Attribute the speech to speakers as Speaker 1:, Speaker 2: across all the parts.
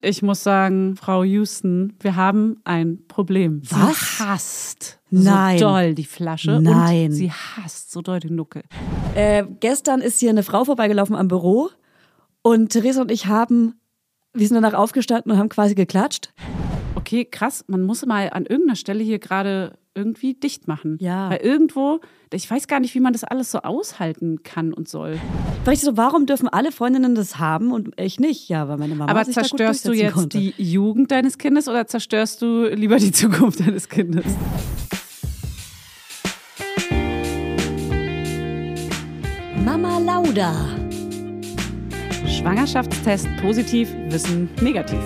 Speaker 1: Ich muss sagen, Frau Houston, wir haben ein Problem.
Speaker 2: Was?
Speaker 1: Sie hasst
Speaker 2: Nein.
Speaker 1: so doll die Flasche
Speaker 2: Nein.
Speaker 1: und sie hasst so doll den Nuckel.
Speaker 2: Äh, gestern ist hier eine Frau vorbeigelaufen am Büro und Theresa und ich haben, wir sind danach aufgestanden und haben quasi geklatscht.
Speaker 1: Okay, krass, man muss mal an irgendeiner Stelle hier gerade irgendwie dicht machen.
Speaker 2: Ja.
Speaker 1: Weil irgendwo, ich weiß gar nicht, wie man das alles so aushalten kann und soll.
Speaker 2: Weil ich so, warum dürfen alle Freundinnen das haben und ich nicht? Ja, weil meine Mama
Speaker 1: Aber
Speaker 2: sich da gut
Speaker 1: zerstörst du
Speaker 2: durchsetzen
Speaker 1: jetzt
Speaker 2: konnte.
Speaker 1: die Jugend deines Kindes oder zerstörst du lieber die Zukunft deines Kindes?
Speaker 2: Mama Lauda.
Speaker 1: Schwangerschaftstest positiv, Wissen negativ.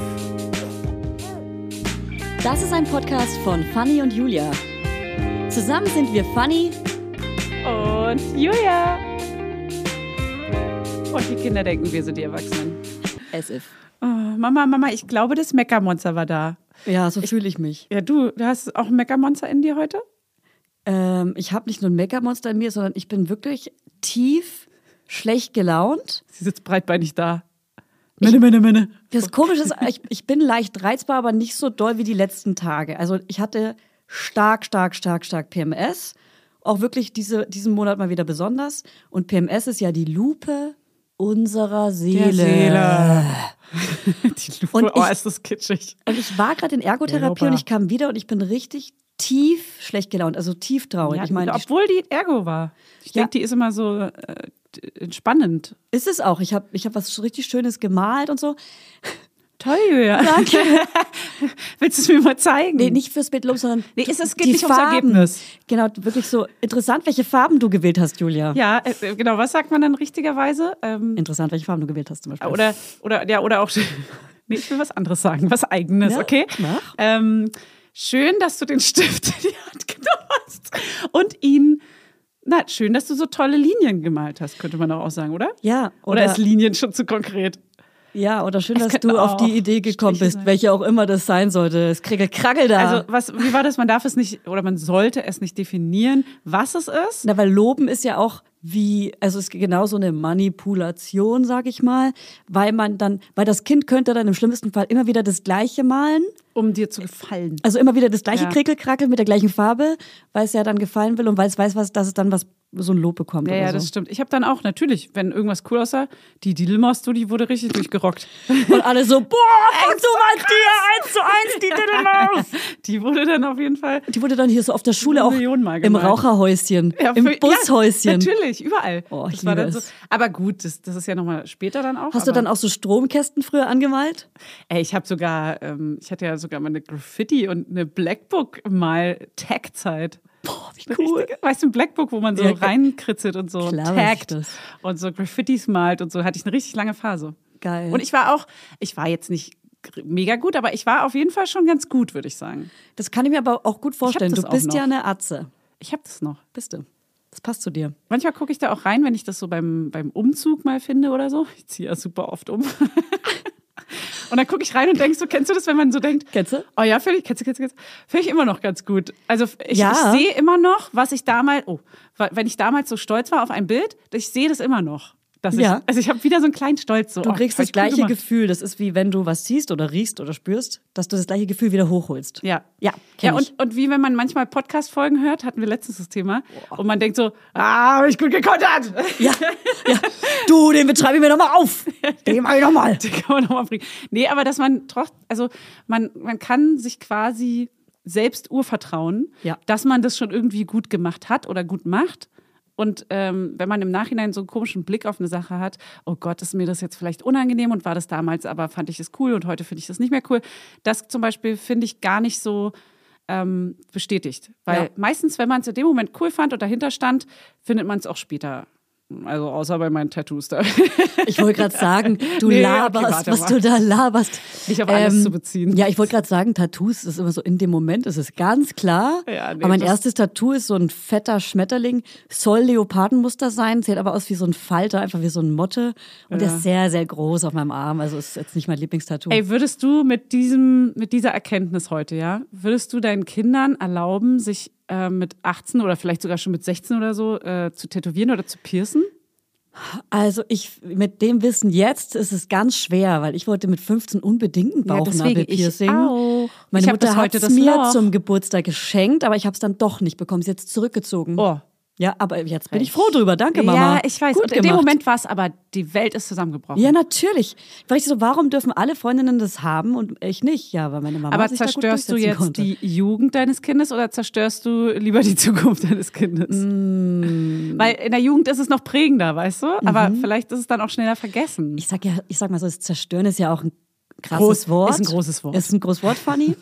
Speaker 2: Das ist ein Podcast von Fanny und Julia. Zusammen sind wir Fanny.
Speaker 1: Und Julia. Und die Kinder denken, wir sind die Erwachsenen.
Speaker 2: As if.
Speaker 1: Oh, Mama, Mama, ich glaube, das Meckermonster war da.
Speaker 2: Ja, so fühle ich mich.
Speaker 1: Ja, du, du hast auch ein Meckermonster in dir heute?
Speaker 2: Ähm, ich habe nicht nur ein Make-up-Monster in mir, sondern ich bin wirklich tief schlecht gelaunt.
Speaker 1: Sie sitzt breitbeinig da. Menne, menne, menne.
Speaker 2: Das Komische ist, ich, ich bin leicht reizbar, aber nicht so doll wie die letzten Tage. Also ich hatte stark, stark, stark, stark PMS. Auch wirklich diese, diesen Monat mal wieder besonders. Und PMS ist ja die Lupe unserer Seele.
Speaker 1: Die Lupe,
Speaker 2: Und
Speaker 1: oh,
Speaker 2: ich-
Speaker 1: ist das kitschig.
Speaker 2: Und ich war gerade in Ergotherapie
Speaker 1: Europa.
Speaker 2: und ich kam wieder und ich bin richtig tief schlecht gelaunt, also tief traurig. ich meine, die-
Speaker 1: obwohl die Ergo war. Ich
Speaker 2: Ja.
Speaker 1: denke, die ist immer so äh, entspannend.
Speaker 2: ist es auch. Ich habe ich hab was richtig Schönes gemalt und so.
Speaker 1: Toll, Julia. Danke. Willst du es mir mal zeigen?
Speaker 2: Nee, nicht fürs Bild Lob, sondern
Speaker 1: Nee, es- es geht
Speaker 2: die
Speaker 1: nicht ums
Speaker 2: Farben.
Speaker 1: Ergebnis.
Speaker 2: Genau, wirklich so interessant, welche Farben du gewählt hast, Julia.
Speaker 1: Ja, äh, genau. Was sagt man dann richtigerweise? Ähm,
Speaker 2: Interessant, welche Farben du gewählt hast zum Beispiel.
Speaker 1: Oder, oder, ja, oder auch. Nee, ich will was anderes sagen, was Eigenes,
Speaker 2: Ja,
Speaker 1: okay?
Speaker 2: mach.
Speaker 1: Ähm, schön, dass du den Stift in die Hand genommen hast und ihn. Na, schön, dass du so tolle Linien gemalt hast, könnte man doch auch sagen, oder?
Speaker 2: ja,
Speaker 1: Oder,
Speaker 2: oder,
Speaker 1: ist Linien schon zu konkret?
Speaker 2: ja, oder schön, dass
Speaker 1: könnten
Speaker 2: du auf
Speaker 1: auch
Speaker 2: die Idee gekommen
Speaker 1: Striche
Speaker 2: bist,
Speaker 1: sein.
Speaker 2: welche auch immer das sein sollte. Es kriegelt Krackel da.
Speaker 1: Also, was, wie war das? Man darf es nicht, oder man sollte es nicht definieren, was es ist.
Speaker 2: Na, weil Loben ist ja auch wie, also es ist genau so eine Manipulation, sag ich mal, weil man dann, weil das Kind könnte dann im schlimmsten Fall immer wieder das Gleiche malen,
Speaker 1: Um dir zu gefallen.
Speaker 2: also immer wieder das gleiche
Speaker 1: Ja.
Speaker 2: Krickelkrackel mit der gleichen Farbe, weil es ja dann gefallen will und weil es weiß, was, dass es dann was, so ein Lob bekommt
Speaker 1: Ja,
Speaker 2: oder
Speaker 1: ja,
Speaker 2: so.
Speaker 1: das stimmt. Ich habe dann auch, natürlich, wenn irgendwas cool aussah, die Didelmaus, du, die wurde richtig durchgerockt.
Speaker 2: Und alle so, boah, fang du mal dir, eins zu eins, die Diddlemaus.
Speaker 1: Die wurde dann auf jeden Fall
Speaker 2: Die wurde dann hier so auf der Schule auch
Speaker 1: Millionen Mal
Speaker 2: im
Speaker 1: gemalt.
Speaker 2: Raucherhäuschen,
Speaker 1: Ja,
Speaker 2: im
Speaker 1: für-
Speaker 2: Bushäuschen.
Speaker 1: Ja, natürlich, überall.
Speaker 2: Oh, ich
Speaker 1: das war
Speaker 2: liebe
Speaker 1: dann so.
Speaker 2: es.
Speaker 1: Aber gut, das, das ist ja nochmal später dann auch.
Speaker 2: Hast du
Speaker 1: aber-
Speaker 2: dann auch so Stromkästen früher angemalt?
Speaker 1: Ey, ich habe sogar, ähm, ich hatte ja sogar mal eine Graffiti und eine Blackbook mal Tag-Zeit.
Speaker 2: Boah, wie
Speaker 1: Eine richtige- Weißt du, ein Blackbook, wo man so
Speaker 2: Ja, klar.
Speaker 1: reinkritzelt und so
Speaker 2: Klar weiß ich
Speaker 1: taggt
Speaker 2: das.
Speaker 1: und so Graffitis malt und so, hatte ich eine richtig lange Phase.
Speaker 2: Geil.
Speaker 1: Und ich war auch, ich war jetzt nicht gr- mega gut, aber ich war auf jeden Fall schon ganz gut, würde ich sagen.
Speaker 2: Das kann ich mir aber auch gut vorstellen.
Speaker 1: das
Speaker 2: Du
Speaker 1: auch
Speaker 2: bist
Speaker 1: noch.
Speaker 2: ja eine Atze.
Speaker 1: Ich habe das noch.
Speaker 2: Bist du. Das passt zu dir.
Speaker 1: Manchmal gucke ich da auch rein, wenn ich das so beim, beim Umzug mal finde oder so. Ich ziehe ja super oft um. und dann gucke ich rein und denke so, kennst du das, wenn man so denkt,
Speaker 2: Kennst du?
Speaker 1: oh ja, finde ich, kennst du, kennst du, kennst du, finde ich immer noch ganz gut. Also ich,
Speaker 2: Ja.
Speaker 1: ich sehe immer noch, was ich damals, oh, wa- wenn ich damals so stolz war auf ein Bild, ich sehe das immer noch. Dass
Speaker 2: Ja.
Speaker 1: ich, also ich habe wieder so einen kleinen Stolz. So, Oh,
Speaker 2: Du kriegst das gleiche
Speaker 1: Gefühl.
Speaker 2: Gefühl. Das ist wie wenn du was siehst oder riechst oder spürst, dass du das gleiche Gefühl wieder hochholst.
Speaker 1: Ja.
Speaker 2: Ja, kenn
Speaker 1: ja und,
Speaker 2: ich.
Speaker 1: und wie wenn man manchmal Podcast-Folgen hört, hatten wir letztens das Thema, und man denkt so, ah, habe ich gut gekontert.
Speaker 2: Ja, ja. Du, den betreibe ich mir nochmal auf. Den mach ich nochmal.
Speaker 1: Die kann man nochmal bringen. Nee, aber dass man trotz, also man, man kann sich quasi selbst urvertrauen,
Speaker 2: Ja.
Speaker 1: dass man das schon irgendwie gut gemacht hat oder gut macht. Und ähm, wenn man im Nachhinein so einen komischen Blick auf eine Sache hat, oh Gott, ist mir das jetzt vielleicht unangenehm und war das damals, aber fand ich es cool und heute finde ich das nicht mehr cool. Das zum Beispiel finde ich gar nicht so ähm, bestätigt. Weil
Speaker 2: Ja.
Speaker 1: meistens, wenn man es in dem Moment cool fand und dahinter stand, findet man es auch später. Also außer bei meinen Tattoos da.
Speaker 2: Ich wollte gerade sagen, du
Speaker 1: Nee, okay,
Speaker 2: laberst,
Speaker 1: warte
Speaker 2: was
Speaker 1: mal.
Speaker 2: du da laberst. Ähm,
Speaker 1: Nicht auf alles zu beziehen.
Speaker 2: Ja, ich wollte gerade sagen, Tattoos ist immer so, in dem Moment ist es ganz klar.
Speaker 1: Ja, nee,
Speaker 2: aber mein
Speaker 1: das-
Speaker 2: erstes Tattoo ist so ein fetter Schmetterling, soll Leopardenmuster sein, sieht aber aus wie so ein Falter, einfach wie so ein Motte. Und der ist sehr, sehr groß auf meinem Arm, also ist jetzt nicht mein Lieblingstattoo.
Speaker 1: Ey, würdest du mit diesem, mit dieser Erkenntnis heute, ja, würdest du deinen Kindern erlauben, sich äh, mit 18 oder vielleicht sogar schon mit 16 oder so äh, zu tätowieren oder zu piercen?
Speaker 2: Also ich mit dem Wissen jetzt ist es ganz schwer, weil ich wollte mit 15 unbedingt ein
Speaker 1: Ja, deswegen, ich
Speaker 2: Bauchnabelpiercing.
Speaker 1: auch.
Speaker 2: Meine
Speaker 1: Ich hab
Speaker 2: Mutter
Speaker 1: bis
Speaker 2: hat
Speaker 1: heute
Speaker 2: es
Speaker 1: das
Speaker 2: mir
Speaker 1: Loch.
Speaker 2: zum Geburtstag geschenkt, aber ich habe es dann doch nicht bekommen. Sie hat es zurückgezogen.
Speaker 1: Oh.
Speaker 2: Ja, aber jetzt bin ich froh drüber. Danke, Mama.
Speaker 1: Ja, ich weiß.
Speaker 2: Gut
Speaker 1: und in dem
Speaker 2: gemacht.
Speaker 1: Moment war es aber, die Welt ist zusammengebrochen.
Speaker 2: Ja, natürlich. Weil ich so, warum dürfen alle Freundinnen das haben und ich nicht? Ja, weil meine Mama
Speaker 1: aber
Speaker 2: sich da gut
Speaker 1: zerstörst du
Speaker 2: durchsetzen
Speaker 1: jetzt
Speaker 2: konnte.
Speaker 1: die Jugend deines Kindes oder zerstörst du lieber die Zukunft deines Kindes?
Speaker 2: Mm.
Speaker 1: Weil in der Jugend ist es noch prägender, weißt du? Aber vielleicht ist es dann auch schneller vergessen.
Speaker 2: Mhm. Ich sag ja, ich sag mal so, das Zerstören ist ja auch ein krasses
Speaker 1: Groß-
Speaker 2: Wort.
Speaker 1: ist ein großes Wort.
Speaker 2: Ist ein großes Wort, Fanny.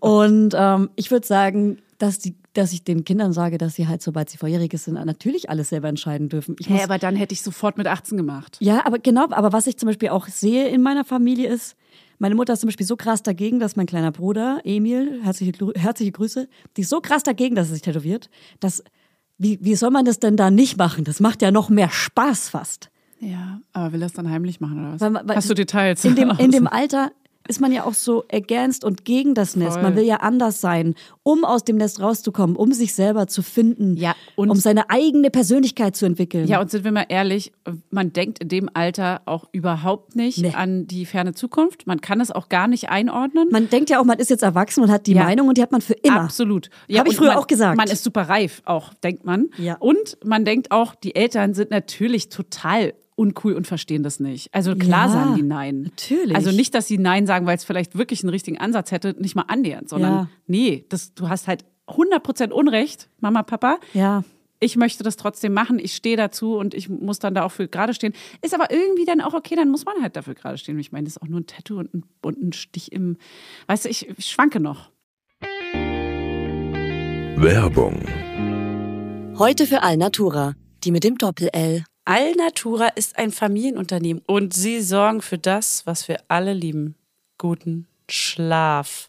Speaker 2: Und ähm, ich würde sagen, dass die, dass ich den Kindern sage, dass sie halt, sobald sie Volljährige sind, natürlich alles selber entscheiden dürfen. Ich muss,
Speaker 1: Hä, aber dann hätte ich sofort mit 18 gemacht.
Speaker 2: ja, aber genau, aber was ich zum Beispiel auch sehe in meiner Familie ist, meine Mutter ist zum Beispiel so krass dagegen, dass mein kleiner Bruder, Emil, herzliche, Gru- herzliche Grüße, die ist so krass dagegen, dass er sich tätowiert, dass, wie, wie soll man das denn da nicht machen? Das macht ja noch mehr Spaß fast.
Speaker 1: Ja, aber will das dann heimlich machen oder was?
Speaker 2: Weil man- weil-
Speaker 1: Hast du Details?
Speaker 2: In dem, in dem Alter ist man ja auch so against und gegen das Nest.
Speaker 1: Voll.
Speaker 2: Man will ja anders sein, um aus dem Nest rauszukommen, um sich selber zu finden,
Speaker 1: Ja, und-
Speaker 2: um seine eigene Persönlichkeit zu entwickeln.
Speaker 1: Ja, und sind wir mal ehrlich, man denkt in dem Alter auch überhaupt nicht
Speaker 2: Nee.
Speaker 1: an die ferne Zukunft. Man kann es auch gar nicht einordnen.
Speaker 2: man denkt ja auch, man ist jetzt erwachsen und hat die
Speaker 1: Ja.
Speaker 2: Meinung und die hat man für immer.
Speaker 1: Absolut.
Speaker 2: Hab ich
Speaker 1: und
Speaker 2: früher
Speaker 1: man,
Speaker 2: auch gesagt.
Speaker 1: Man ist super reif, auch, denkt man.
Speaker 2: Ja.
Speaker 1: Und man denkt auch, die Eltern sind natürlich total uncool und verstehen das nicht. Also klar
Speaker 2: Ja,
Speaker 1: sagen die Nein.
Speaker 2: natürlich.
Speaker 1: Also nicht, dass sie Nein sagen, weil es vielleicht wirklich einen richtigen Ansatz hätte, nicht mal annähernd, sondern
Speaker 2: Ja.
Speaker 1: nee, das, du hast halt 100% Unrecht, Mama, Papa.
Speaker 2: Ja.
Speaker 1: Ich möchte das trotzdem machen, ich stehe dazu und ich muss dann da auch für gerade stehen. Ist aber irgendwie dann auch okay, dann muss man halt dafür gerade stehen. Ich meine, das ist auch nur ein Tattoo und ein, und ein Stich im. Weißt du, ich, ich schwanke noch.
Speaker 3: Werbung.
Speaker 4: Heute für Alnatura, die mit dem Doppel-L.
Speaker 5: Alnatura ist ein Familienunternehmen und sie sorgen für das, was wir alle lieben. Guten Schlaf.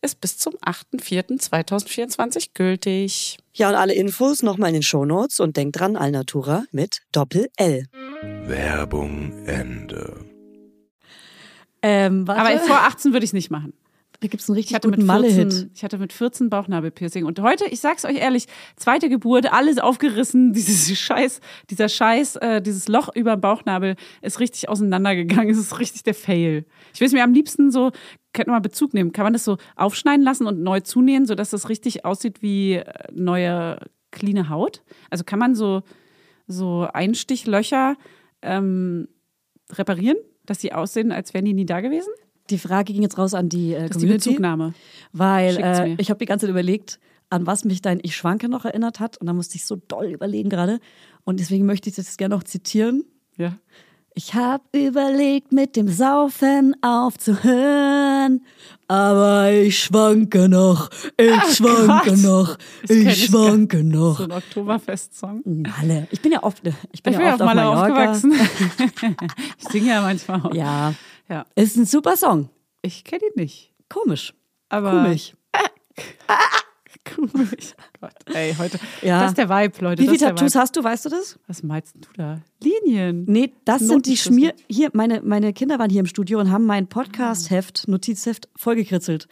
Speaker 5: ist bis zum 8.4.2024 gültig.
Speaker 4: Ja, und alle Infos nochmal in den Shownotes und denkt dran, Alnatura mit Doppel-L.
Speaker 3: Werbung Ende.
Speaker 2: Ähm, warte.
Speaker 5: Also
Speaker 1: Aber vor 18 würde ich es nicht machen.
Speaker 2: da gibt es einen
Speaker 1: Ich
Speaker 2: richtig
Speaker 1: hatte, mit
Speaker 2: guten Malle-Hit.
Speaker 1: 14, ich hatte mit 14 Bauchnabelpiercing. Und heute, ich sag's euch ehrlich, zweite Geburt, alles aufgerissen, dieses Scheiß, dieser Scheiß, äh, dieses Loch über dem Bauchnabel ist richtig auseinandergegangen. Es ist richtig der Fail. Ich will es mir am liebsten so, könnte man mal Bezug nehmen. Kann man das so aufschneiden lassen und neu zunähen, sodass das richtig aussieht wie äh, neue, cleane Haut? Also kann man so, so Einstichlöcher ähm, reparieren, dass sie aussehen, als wären die nie da gewesen?
Speaker 2: Die Frage ging jetzt raus an die äh,
Speaker 1: Das ist die
Speaker 2: Community,
Speaker 1: Bezugnahme.
Speaker 2: weil
Speaker 1: Schickt's
Speaker 2: äh,
Speaker 1: mir.
Speaker 2: ich habe die ganze Zeit überlegt, an was mich dein Ich schwanke noch erinnert hat. Und da musste ich so doll überlegen gerade. Und deswegen möchte ich das jetzt gerne noch zitieren.
Speaker 1: Ja.
Speaker 2: Ich hab überlegt, mit dem Saufen aufzuhören, aber ich schwanke noch, ich schwanke
Speaker 1: Gott.
Speaker 2: noch,
Speaker 1: Das kenn
Speaker 2: ich
Speaker 1: ich
Speaker 2: schwanke
Speaker 1: So
Speaker 2: noch.
Speaker 1: ein Oktoberfest-Song.
Speaker 2: Malle. Oh. Ich bin ja oft, ich bin
Speaker 1: Ich bin
Speaker 2: ja
Speaker 1: ja auf
Speaker 2: oft auf
Speaker 1: Malle
Speaker 2: Mallorca.
Speaker 1: aufgewachsen. ich singe ja manchmal auch.
Speaker 2: Ja,
Speaker 1: Ja.
Speaker 2: ist ein super Song.
Speaker 1: Ich kenne ihn nicht.
Speaker 2: Komisch.
Speaker 1: Aber
Speaker 2: Komisch.
Speaker 1: Komisch. Oh Gott, ey, heute.
Speaker 2: Ja.
Speaker 1: Das ist der Vibe, Leute.
Speaker 2: Wie
Speaker 1: das
Speaker 2: viele
Speaker 1: ist der
Speaker 2: Tattoos
Speaker 1: Vibe.
Speaker 2: hast du, weißt du das?
Speaker 1: Was malst denn du da? Linien.
Speaker 2: Nee, das sind die
Speaker 1: Notenschlüssel.
Speaker 2: Schmier. Hier, meine, meine Kinder waren hier im Studio und haben mein Podcast-Heft, Notizheft, vollgekritzelt.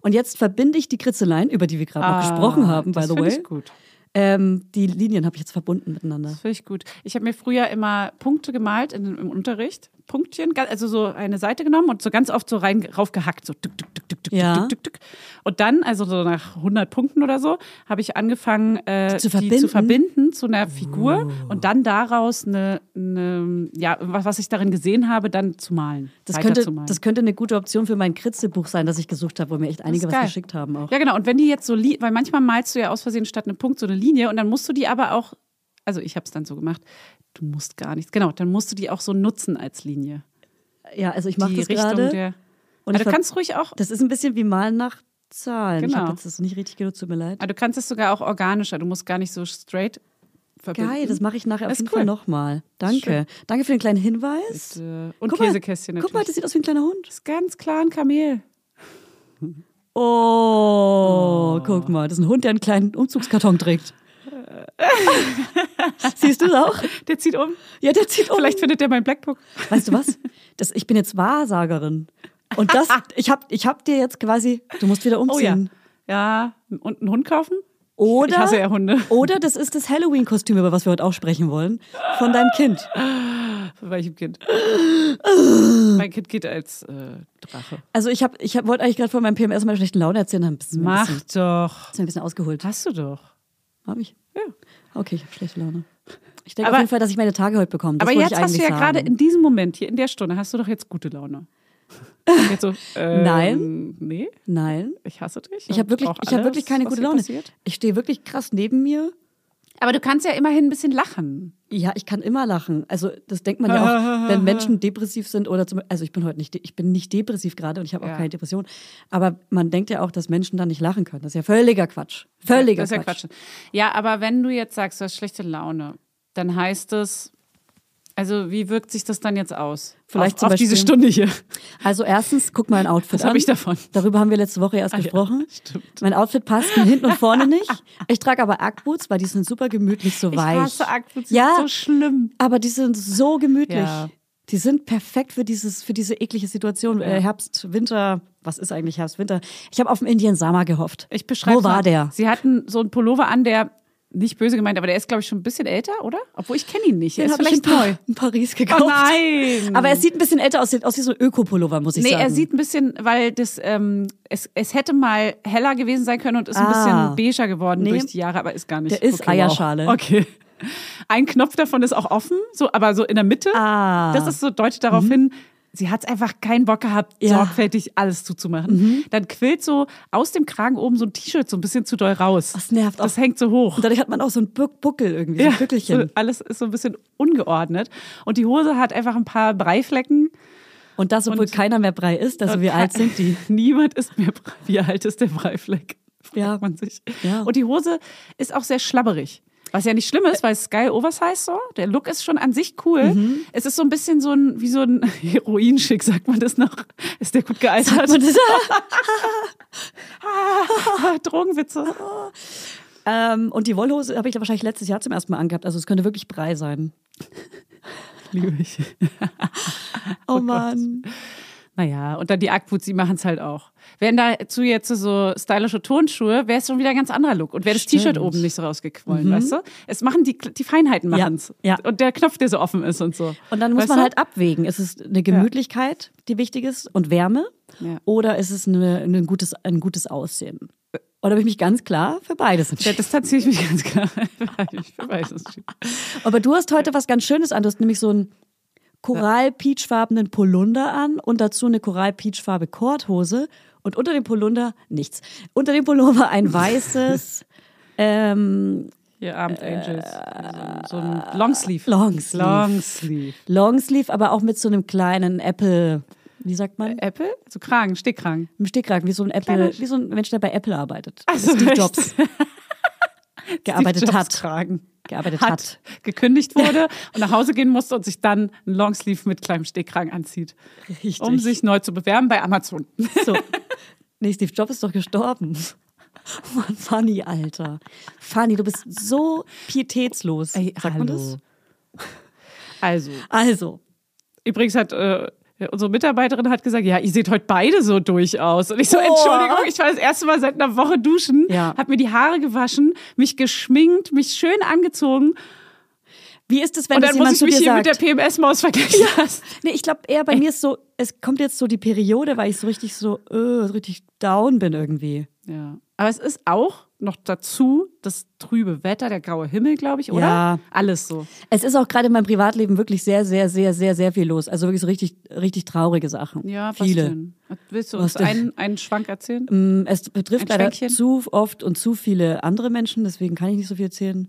Speaker 2: Und jetzt verbinde ich die Kritzeleien, über die wir gerade noch gesprochen haben, by
Speaker 1: Ah, das
Speaker 2: the
Speaker 1: find
Speaker 2: way.
Speaker 1: Ich gut.
Speaker 2: Ähm, die Linien habe ich jetzt verbunden miteinander.
Speaker 1: Das finde ich gut. Ich habe mir früher immer Punkte gemalt in, im Unterricht. Punktchen, ga- also so eine Seite genommen und so ganz oft so rein raufgehackt. So tück, tück, tück, tück, tück,
Speaker 2: Ja.
Speaker 1: tück, tück, tück. Und dann, also so nach 100 Punkten oder so, habe ich angefangen, äh,
Speaker 2: zu
Speaker 1: die
Speaker 2: verbinden? Oh.
Speaker 1: zu verbinden zu einer Figur und dann daraus eine, eine ja, was, was ich darin gesehen habe, dann zu malen.
Speaker 2: Das
Speaker 1: weiter
Speaker 2: könnte,
Speaker 1: zu malen.
Speaker 2: das könnte eine gute Option für mein Kritzelbuch sein, das ich gesucht habe, wo mir echt
Speaker 1: Das ist
Speaker 2: einige was
Speaker 1: geil.
Speaker 2: geschickt haben auch.
Speaker 1: Ja, genau. Und wenn die jetzt so, li- weil manchmal malst du ja aus Versehen statt einem Punkt so eine Linie und dann musst du die aber auch, also ich habe es dann so gemacht, du musst gar nichts, genau, dann musst du die auch so nutzen als Linie.
Speaker 2: Ja, also ich mache
Speaker 1: die
Speaker 2: das
Speaker 1: Richtung
Speaker 2: gerade.
Speaker 1: der. aber
Speaker 2: und ich
Speaker 1: du
Speaker 2: ver-
Speaker 1: kannst ruhig auch,
Speaker 2: Das ist ein bisschen wie Malen nach Zahlen. Ich habe
Speaker 1: Genau.
Speaker 2: jetzt das nicht richtig genutzt, tut mir leid.
Speaker 1: aber ah, du kannst es sogar auch organischer, du musst gar nicht so straight verbinden.
Speaker 2: Geil, das mache ich nachher auf
Speaker 1: Ist
Speaker 2: jeden
Speaker 1: cool.
Speaker 2: Fall nochmal. Danke. Danke für den kleinen Hinweis.
Speaker 1: Äh, Und
Speaker 2: Guck mal,
Speaker 1: Käsekästchen natürlich.
Speaker 2: Guck mal, das sieht aus wie ein kleiner Hund.
Speaker 1: das ist ganz klar ein Kamel.
Speaker 2: Oh, guck mal, das ist ein Hund, der einen kleinen Umzugskarton trägt. Siehst du das auch?
Speaker 1: Der zieht um.
Speaker 2: Ja, der zieht um.
Speaker 1: Vielleicht findet der mein Blackbook.
Speaker 2: Weißt du was? Das, ich bin jetzt Wahrsagerin. Und das, ich hab, ich hab dir jetzt quasi, du musst wieder
Speaker 1: Oh ja.
Speaker 2: umziehen.
Speaker 1: Ja, und einen Hund kaufen?
Speaker 2: Oder,
Speaker 1: Ich hasse ja Hunde.
Speaker 2: Oder das ist das Halloween-Kostüm, über was wir heute auch sprechen wollen, von deinem Kind.
Speaker 1: Von welchem Kind?
Speaker 2: Oh.
Speaker 1: mein Kind geht als äh, Drache.
Speaker 2: Also ich, hab, ich hab, wollte eigentlich gerade von meinem PMS meine schlechten Laune erzählen, hab ein bisschen, ein
Speaker 1: Mach
Speaker 2: bisschen,
Speaker 1: doch.
Speaker 2: bisschen, ein bisschen ausgeholt.
Speaker 1: Hast du doch.
Speaker 2: Hab ich?
Speaker 1: Ja.
Speaker 2: Okay, ich habe schlechte Laune. Ich denke auf
Speaker 1: Aber-
Speaker 2: jeden Fall, dass ich meine Tage heute bekomme. Das
Speaker 1: Aber
Speaker 2: wollte
Speaker 1: jetzt
Speaker 2: ich
Speaker 1: hast du
Speaker 2: eigentlich
Speaker 1: ja
Speaker 2: sagen.
Speaker 1: gerade in diesem Moment, hier in der Stunde, hast du doch jetzt gute Laune. Jetzt so, ähm,
Speaker 2: Nein.
Speaker 1: Nee,
Speaker 2: Nein.
Speaker 1: ich hasse dich.
Speaker 2: Ich habe
Speaker 1: und
Speaker 2: wirklich,
Speaker 1: auch
Speaker 2: ich hab
Speaker 1: alles,
Speaker 2: wirklich keine
Speaker 1: was
Speaker 2: gute
Speaker 1: hier
Speaker 2: Laune.
Speaker 1: passiert.
Speaker 2: Ich stehe wirklich krass neben mir.
Speaker 1: Aber du kannst ja immerhin ein bisschen lachen.
Speaker 2: Ja, ich kann immer lachen. Also das denkt man ja auch, wenn Menschen depressiv sind oder zum also ich bin heute nicht, de- ich bin nicht depressiv gerade und ich habe auch
Speaker 1: Ja.
Speaker 2: keine Depression. Aber man denkt ja auch, dass Menschen dann nicht lachen können. Das ist ja völliger Quatsch. Völliger
Speaker 1: das ist ja
Speaker 2: Quatsch.
Speaker 1: Quatsch. Ja, aber wenn du jetzt sagst, du hast schlechte Laune, dann heißt es, also wie wirkt sich das dann jetzt aus?
Speaker 2: Vielleicht
Speaker 1: auf,
Speaker 2: zum
Speaker 1: auf diese
Speaker 2: Beispiel-
Speaker 1: Stunde hier.
Speaker 2: Also erstens, guck mein Outfit
Speaker 1: Was
Speaker 2: an.
Speaker 1: hab ich davon? Ah,
Speaker 2: Darüber haben wir letzte Woche erst gesprochen. mein Outfit passt mir hinten und vorne nicht. Ich trage aber Ackboots, weil die sind super gemütlich, so weich.
Speaker 1: Ich hasse Aktien,
Speaker 2: Ja,
Speaker 1: so schlimm.
Speaker 2: aber die sind so gemütlich.
Speaker 1: Ja.
Speaker 2: Die sind perfekt für, dieses, für diese eklige Situation. Äh, Herbst, Winter, was ist eigentlich Herbst, Winter? Ich habe auf den Indian Summer gehofft.
Speaker 1: Ich beschreibe.
Speaker 2: Wo war der?
Speaker 1: Sie hatten so einen Pullover an, der nicht böse gemeint, aber der ist glaube ich schon ein bisschen älter, oder? Obwohl ich kenne ihn nicht. Er
Speaker 2: Den
Speaker 1: ist
Speaker 2: habe ich in,
Speaker 1: vielleicht
Speaker 2: pa
Speaker 1: neu.
Speaker 2: in Paris gekauft.
Speaker 1: Oh nein!
Speaker 2: Aber er sieht ein bisschen älter aus, sieht aus wie so ein Öko-Pullover, muss ich
Speaker 1: Nee,
Speaker 2: sagen.
Speaker 1: er sieht ein bisschen, weil das ähm, es, es hätte mal heller gewesen sein können und ist
Speaker 2: Ah.
Speaker 1: ein bisschen beiger geworden
Speaker 2: Nee.
Speaker 1: durch die Jahre, aber ist gar nicht.
Speaker 2: Der ist
Speaker 1: wow.
Speaker 2: Eierschale.
Speaker 1: Okay. Ein Knopf davon ist auch offen, so, aber so in der Mitte.
Speaker 2: Ah.
Speaker 1: Das ist so deutet darauf hin. Sie hat einfach keinen Bock gehabt,
Speaker 2: Ja. Mhm.
Speaker 1: sorgfältig alles zuzumachen. Dann quillt so aus dem Kragen oben so ein T-Shirt so ein bisschen zu doll raus.
Speaker 2: Das nervt
Speaker 1: Das
Speaker 2: auch.
Speaker 1: hängt so hoch.
Speaker 2: Und dadurch hat man auch so einen Buck Buckel irgendwie, so ein
Speaker 1: so,
Speaker 2: Bückelchen.
Speaker 1: alles ist so ein bisschen ungeordnet. Und die Hose hat einfach ein paar Breiflecken.
Speaker 2: Und das, obwohl
Speaker 1: Und-
Speaker 2: keiner mehr Brei ist, also
Speaker 1: Und
Speaker 2: wie
Speaker 1: ke-
Speaker 2: alt sind die?
Speaker 1: Niemand ist mehr. Bra- Wie alt ist der Breifleck? Fragt
Speaker 2: Ja.
Speaker 1: man sich.
Speaker 2: Ja.
Speaker 1: Und die Hose ist auch sehr schlabberig. Was ja nicht schlimm ist, weil es ist geil Oversize so. Der Look ist schon an sich cool.
Speaker 2: Mhm.
Speaker 1: Es ist so ein bisschen so ein, wie so ein Heroinschick, sagt man das noch. Ist der gut gealtert?
Speaker 2: Sagt man das?
Speaker 1: Drogenwitze.
Speaker 2: ähm, und die Wollhose habe ich wahrscheinlich letztes Jahr zum ersten Mal angehabt, also es könnte wirklich Brei sein.
Speaker 1: Liebe ich.
Speaker 2: Oh, Mann.
Speaker 1: Naja, und dann die Ackboots, die machen es halt auch. Wären dazu jetzt so stylische Turnschuhe, wäre es schon wieder ein ganz anderer Look. Und wäre das
Speaker 2: Stimmt. Mhm.
Speaker 1: T-Shirt oben nicht so rausgequollen, weißt du? Es machen die, die Feinheiten
Speaker 2: Ja,
Speaker 1: machen's.
Speaker 2: ja.
Speaker 1: Und der Knopf, der so offen ist und so.
Speaker 2: Und dann muss
Speaker 1: Weißt
Speaker 2: man
Speaker 1: du?
Speaker 2: halt abwägen. Ist es eine Gemütlichkeit, die wichtig ist, und Wärme?
Speaker 1: Ja.
Speaker 2: Oder ist es eine, ein, gutes, ein gutes Aussehen? Oder habe ich mich ganz klar für beides
Speaker 1: Ja,
Speaker 2: entschieden?
Speaker 1: das tatsächlich mich ganz klar. ich weiß es nicht.
Speaker 2: Aber du hast heute was ganz Schönes an. Du hast nämlich so einen koral-peachfarbenen Polunder an und dazu eine koral-peachfarbe Korthose und unter dem Polunder nichts. Unter dem Pullover ein weißes ähm,
Speaker 1: Hier Abend Angels. so, ein- so ein Longsleeve.
Speaker 2: Longsleeve.
Speaker 1: Longsleeve.
Speaker 2: Longsleeve, aber auch mit so einem kleinen Apple, wie sagt man?
Speaker 1: Apple? So Kragen, Stickkragen.
Speaker 2: Im Stehkragen, wie so ein Apple,
Speaker 1: Äh, Kleiner-
Speaker 2: wie so ein Mensch, der bei Apple arbeitet.
Speaker 1: Also
Speaker 2: Steve
Speaker 1: echt?
Speaker 2: Jobs gearbeitet
Speaker 1: Steve Jobs
Speaker 2: hat.
Speaker 1: Kragen.
Speaker 2: Gearbeitet hat.
Speaker 1: Hat. Gekündigt wurde und nach Hause gehen musste und sich dann ein Longsleeve mit kleinem Stickkragen anzieht.
Speaker 2: Richtig.
Speaker 1: Um sich neu zu bewerben bei Amazon.
Speaker 2: So. Nee, Steve Jobs ist doch gestorben. Mann, Fanny, Alter. Fanny, du bist so pietätslos.
Speaker 1: Ey,
Speaker 2: Sagt man das?
Speaker 1: hallo. Also,
Speaker 2: Also,
Speaker 1: übrigens hat. Äh, Unsere Mitarbeiterin hat gesagt, ja, ihr seht heute beide so durchaus. Und ich so, Entschuldigung, ich war das erste Mal seit einer Woche duschen,
Speaker 2: Ja.
Speaker 1: hab mir die Haare gewaschen, mich geschminkt, mich schön angezogen
Speaker 2: wie ist es, wenn
Speaker 1: Und
Speaker 2: das
Speaker 1: dann muss
Speaker 2: jemand
Speaker 1: ich
Speaker 2: zu dir
Speaker 1: mich hier
Speaker 2: sagt?
Speaker 1: mit der PMS-Maus vergleichen lassen.
Speaker 2: Nee, ich glaube eher bei mir ist so, es kommt jetzt so die Periode, weil ich so richtig so, äh, richtig down bin irgendwie.
Speaker 1: Ja. Aber es ist auch noch dazu das trübe Wetter, der graue Himmel, glaube ich, oder?
Speaker 2: Ja.
Speaker 1: Alles so.
Speaker 2: Es ist auch gerade in meinem Privatleben wirklich sehr, sehr, sehr, sehr, sehr viel los. Also wirklich so richtig, richtig traurige Sachen.
Speaker 1: Ja,
Speaker 2: Viele.
Speaker 1: was denn? Willst du
Speaker 2: Was
Speaker 1: uns
Speaker 2: denn?
Speaker 1: einen, einen Schwank erzählen?
Speaker 2: Mm, Es betrifft
Speaker 1: Ein
Speaker 2: leider
Speaker 1: Schwänkchen?
Speaker 2: zu oft und zu viele andere Menschen, deswegen kann ich nicht so viel erzählen.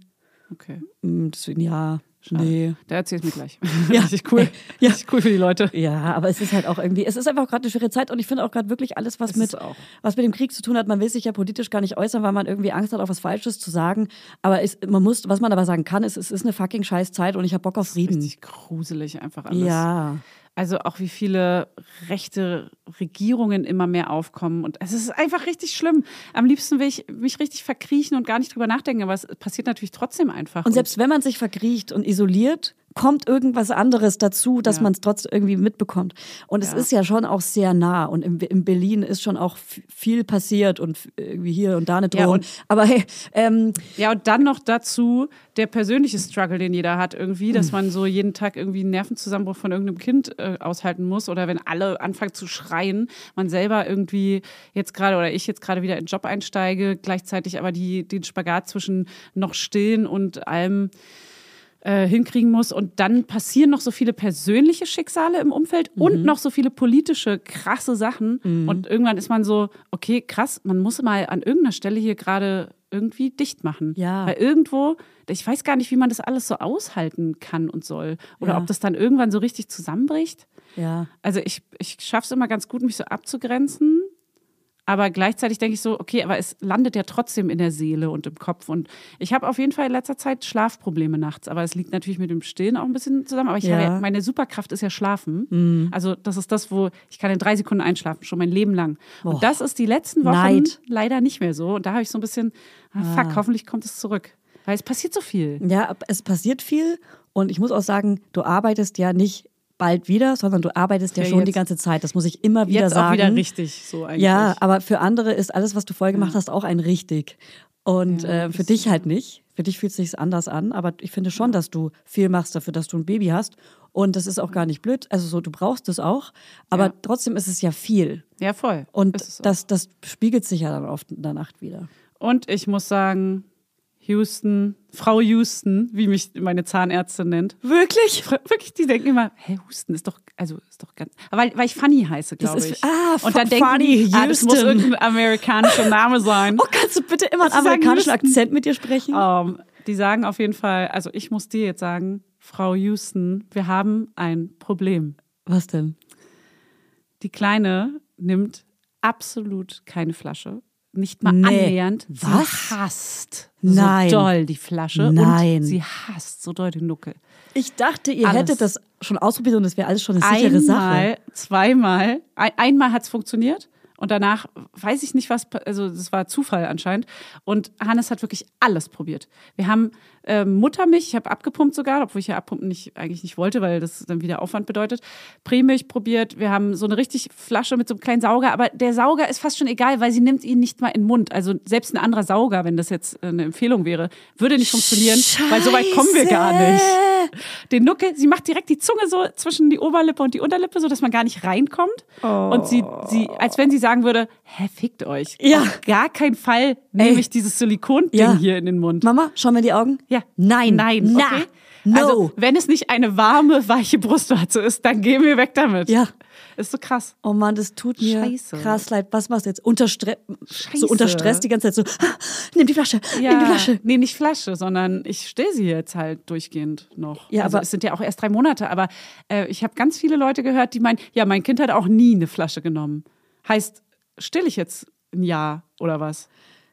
Speaker 1: Okay.
Speaker 2: Mm, Deswegen
Speaker 1: Ah.
Speaker 2: ja, nee.
Speaker 1: Der erzählt mir gleich.
Speaker 2: Ja.
Speaker 1: Richtig cool.
Speaker 2: Ja.
Speaker 1: Richtig cool für die Leute.
Speaker 2: Ja, aber es ist halt auch irgendwie, es ist einfach gerade eine schwere Zeit und ich finde auch gerade wirklich alles, was
Speaker 1: Es
Speaker 2: mit,
Speaker 1: ist auch.
Speaker 2: was mit dem Krieg zu tun hat, man will sich ja politisch gar nicht äußern, weil man irgendwie Angst hat, auch was Falsches zu sagen. Aber es, man muss, was man aber sagen kann, ist, es ist eine fucking scheiß Zeit und ich habe Bock auf Frieden.
Speaker 1: Richtig gruselig einfach alles.
Speaker 2: Ja.
Speaker 1: Also auch wie viele rechte Regierungen immer mehr aufkommen. Und es ist einfach richtig schlimm. Am liebsten will ich mich richtig verkriechen und gar nicht drüber nachdenken, aber es passiert natürlich trotzdem einfach.
Speaker 2: Und selbst wenn man sich verkriecht und isoliert, kommt irgendwas anderes dazu, dass
Speaker 1: Ja.
Speaker 2: man es trotzdem irgendwie mitbekommt. Und es
Speaker 1: Ja.
Speaker 2: ist ja schon auch sehr nah. Und in, in Berlin ist schon auch f- viel passiert und f- irgendwie hier und da eine
Speaker 1: Ja,
Speaker 2: Drohung.
Speaker 1: und-
Speaker 2: Aber hey, ähm,
Speaker 1: Ja, und dann noch dazu der persönliche Struggle, den jeder hat irgendwie, dass man so jeden Tag irgendwie einen Nervenzusammenbruch von irgendeinem Kind äh, aushalten muss oder wenn alle anfangen zu schreien, man selber irgendwie jetzt gerade oder ich jetzt gerade wieder in den Job einsteige, gleichzeitig aber die, den Spagat zwischen noch stillen und allem äh, hinkriegen muss und dann passieren noch so viele persönliche Schicksale im Umfeld
Speaker 2: Mhm.
Speaker 1: und noch so viele politische krasse Sachen und irgendwann ist man so okay krass man muss mal an irgendeiner Stelle hier gerade irgendwie dicht machen
Speaker 2: Ja.
Speaker 1: weil irgendwo, ich weiß gar nicht, wie man das alles so aushalten kann und soll. Oder
Speaker 2: Ja.
Speaker 1: ob das dann irgendwann so richtig zusammenbricht.
Speaker 2: ja.
Speaker 1: Also ich, ich schaffe es immer ganz gut, mich so abzugrenzen. Aber gleichzeitig denke ich so, okay, aber es landet ja trotzdem in der Seele und im Kopf. Und ich habe auf jeden Fall in letzter Zeit Schlafprobleme nachts. Aber es liegt natürlich mit dem Stillen auch ein bisschen zusammen. Aber ich
Speaker 2: Ja. Mhm.
Speaker 1: habe ja, meine Superkraft ist ja Schlafen. Also das ist das, wo ich kann in drei Sekunden einschlafen, schon mein Leben lang.
Speaker 2: Boah.
Speaker 1: Und das ist die letzten Wochen
Speaker 2: Neid.
Speaker 1: leider nicht mehr so. Und da habe ich so ein bisschen, ah, fuck, hoffentlich kommt es zurück. Weil es passiert so viel.
Speaker 2: Ja, ab- es passiert viel und ich muss auch sagen, du arbeitest ja nicht bald wieder, sondern du arbeitest ja,
Speaker 1: Ja,
Speaker 2: schon die
Speaker 1: jetzt-
Speaker 2: ganze Zeit. Das muss ich immer wieder
Speaker 1: Jetzt
Speaker 2: sagen.
Speaker 1: auch wieder richtig so eigentlich.
Speaker 2: Ja, aber für andere ist alles, was du vorher gemacht hast, auch ein richtig. Und
Speaker 1: Ja,
Speaker 2: äh, für
Speaker 1: das-
Speaker 2: dich halt nicht. Für dich fühlt es sich anders an, aber ich finde schon, dass du viel machst dafür, dass du ein Baby hast. Und das ist auch gar nicht blöd. Also so, du brauchst es auch, aber
Speaker 1: Ja.
Speaker 2: trotzdem ist es ja viel.
Speaker 1: ja, voll.
Speaker 2: Und
Speaker 1: Ist es auch.
Speaker 2: das, das spiegelt sich ja dann oft in der Nacht wieder.
Speaker 1: Und ich muss sagen, Houston, Frau Houston, wie mich meine Zahnärztin nennt. Wirklich? Wirklich, die denken immer, hä, Houston ist doch, also ist doch ganz. Weil, weil ich Funny heiße,
Speaker 2: Das
Speaker 1: glaube
Speaker 2: ist-
Speaker 1: ich.
Speaker 2: ah,
Speaker 1: Und dann
Speaker 2: Fu-
Speaker 1: denken
Speaker 2: Funny
Speaker 1: die, ah, das muss
Speaker 2: Houston.
Speaker 1: irgendein amerikanischer Name sein.
Speaker 2: Oh, kannst du bitte immer einen
Speaker 1: Sie sagen
Speaker 2: amerikanischen
Speaker 1: müssen.
Speaker 2: Akzent mit dir sprechen?
Speaker 1: Ähm, die sagen auf jeden Fall, also ich muss dir jetzt sagen, Frau Houston, wir haben ein Problem.
Speaker 2: Was denn?
Speaker 1: Die Kleine nimmt absolut keine Flasche. Nicht mal
Speaker 2: Nee.
Speaker 1: annähernd.
Speaker 2: Was?
Speaker 1: Sie hasst
Speaker 2: Nein.
Speaker 1: so doll die Flasche.
Speaker 2: Nein.
Speaker 1: Und sie hasst so doll den Nuckel.
Speaker 2: Ich dachte, ihr
Speaker 1: Alles.
Speaker 2: hättet das schon ausprobiert und das wäre alles schon eine sichere Sache.
Speaker 1: einmal, zweimal. Ein, einmal hat es funktioniert. Und danach weiß ich nicht, was, pa- also das war Zufall anscheinend. Und Hannes hat wirklich alles probiert. Wir haben äh, Muttermilch, ich habe abgepumpt sogar, obwohl ich ja abpumpen nicht, eigentlich nicht wollte, weil das dann wieder Aufwand bedeutet. Prämilch probiert, wir haben so eine richtig Flasche mit so einem kleinen Sauger, aber der Sauger ist fast schon egal, weil sie nimmt ihn nicht mal in den Mund. Also selbst ein anderer Sauger, wenn das jetzt äh, eine Empfehlung wäre, würde nicht funktionieren, weil so weit kommen wir gar nicht den Nuckel, sie macht direkt die Zunge so zwischen die Oberlippe und die Unterlippe, so dass man gar nicht reinkommt. Und sie, sie, als wenn sie sagen würde, hä, fickt euch.
Speaker 2: Oh. Ja.
Speaker 1: Auf gar keinen Fall nehme
Speaker 2: Ey.
Speaker 1: ich dieses Silikonding
Speaker 2: Ja.
Speaker 1: hier in den Mund.
Speaker 2: Mama, schau mir in die Augen.
Speaker 1: Ja.
Speaker 2: Nein.
Speaker 1: Nein.
Speaker 2: Na.
Speaker 1: Okay.
Speaker 2: No.
Speaker 1: Also, wenn es nicht eine warme, weiche Brustwarze ist, dann gehen wir weg damit.
Speaker 2: Ja.
Speaker 1: Ist so krass.
Speaker 2: Oh Mann, das tut mir
Speaker 1: Scheiße.
Speaker 2: krass leid. Was machst du jetzt? Unter Stre
Speaker 1: Scheiße.
Speaker 2: So unter Stress die ganze Zeit so, ah, nimm die Flasche, nimm die Flasche.
Speaker 1: Nee, nicht Flasche, sondern ich still sie jetzt halt durchgehend noch.
Speaker 2: Ja,
Speaker 1: also
Speaker 2: aber-
Speaker 1: es sind ja auch erst drei Monate, aber äh, ich habe ganz viele Leute gehört, die meinen, ja, mein Kind hat auch nie eine Flasche genommen. Heißt, still ich jetzt ein Jahr oder was?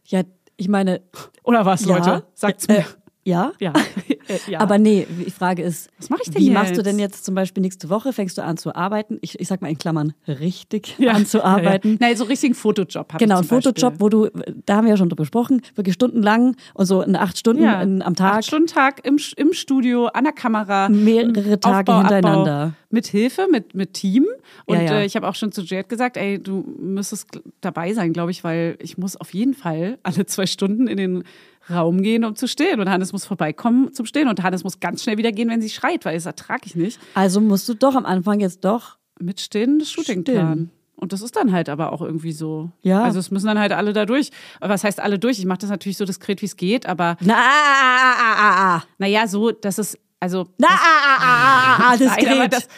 Speaker 2: Ja, ich meine,
Speaker 1: Oder was,
Speaker 2: ja.
Speaker 1: Leute? Sagt's
Speaker 2: Äh,
Speaker 1: mir.
Speaker 2: ja?
Speaker 1: ja. Äh, ja.
Speaker 2: Aber nee, die Frage ist,
Speaker 1: Was mach ich denn
Speaker 2: wie
Speaker 1: jetzt?
Speaker 2: machst du denn jetzt zum Beispiel nächste Woche? Fängst du an zu arbeiten? Ich, ich sag mal in Klammern, richtig
Speaker 1: ja.
Speaker 2: an zu arbeiten.
Speaker 1: Ja, ja. Nein, so richtigen Fotojob habe
Speaker 2: Genau,
Speaker 1: ich zum
Speaker 2: ein Fotojob,
Speaker 1: Beispiel.
Speaker 2: wo du, da haben wir ja schon drüber gesprochen, wirklich stundenlang und so in acht Stunden
Speaker 1: Ja,
Speaker 2: in, am Tag.
Speaker 1: Acht Stunden Tag im, Sch- im Studio, an der Kamera.
Speaker 2: Mehrere
Speaker 1: im
Speaker 2: Tage
Speaker 1: Aufbau,
Speaker 2: hintereinander.
Speaker 1: Abbau, mit Hilfe, mit, mit Team. Und
Speaker 2: Ja, ja.
Speaker 1: Äh, ich habe auch schon zu Jade gesagt, ey, du müsstest gl- dabei sein, glaube ich, weil ich muss auf jeden Fall alle zwei Stunden in den Raum gehen, um zu stillen. Und Hannes muss vorbeikommen zum Stillen. Und Hannes muss ganz schnell wieder gehen, wenn sie schreit, weil das ertrage ich nicht.
Speaker 2: Also musst du doch am Anfang jetzt doch.
Speaker 1: Mit Stillen das Shooting
Speaker 2: Stillen.
Speaker 1: planen. Und das ist dann halt aber auch irgendwie so.
Speaker 2: Ja.
Speaker 1: Also es müssen dann halt alle da durch. Aber was heißt alle durch? Ich mache das natürlich so diskret, wie es geht, aber
Speaker 2: Na, ah, ah, ah, ah, ah,
Speaker 1: naja, so, dass es, also
Speaker 2: na, ah, ah, ah, ah, ah, das
Speaker 1: Nein, aber
Speaker 2: geht.
Speaker 1: das,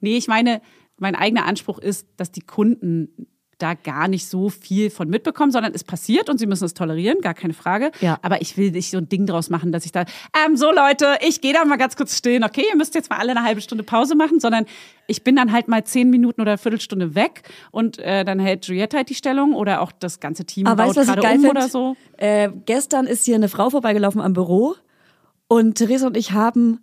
Speaker 1: nee, ich meine, mein eigener Anspruch ist, dass die Kunden da gar nicht so viel von mitbekommen, sondern es passiert und sie müssen es tolerieren, gar keine Frage.
Speaker 2: Ja.
Speaker 1: Aber ich will nicht so ein Ding draus machen, dass ich da, ähm, so Leute, ich gehe da mal ganz kurz stillen, okay, ihr müsst jetzt mal alle eine halbe Stunde Pause machen, sondern ich bin dann halt mal zehn Minuten oder eine Viertelstunde weg und äh, dann hält Juliette halt die Stellung oder auch das ganze Team
Speaker 2: Aber
Speaker 1: baut
Speaker 2: weißt du, was ich
Speaker 1: gerade
Speaker 2: geil
Speaker 1: um
Speaker 2: finde?
Speaker 1: oder so.
Speaker 2: Äh, gestern ist hier eine Frau vorbeigelaufen am Büro und Theresa und ich haben,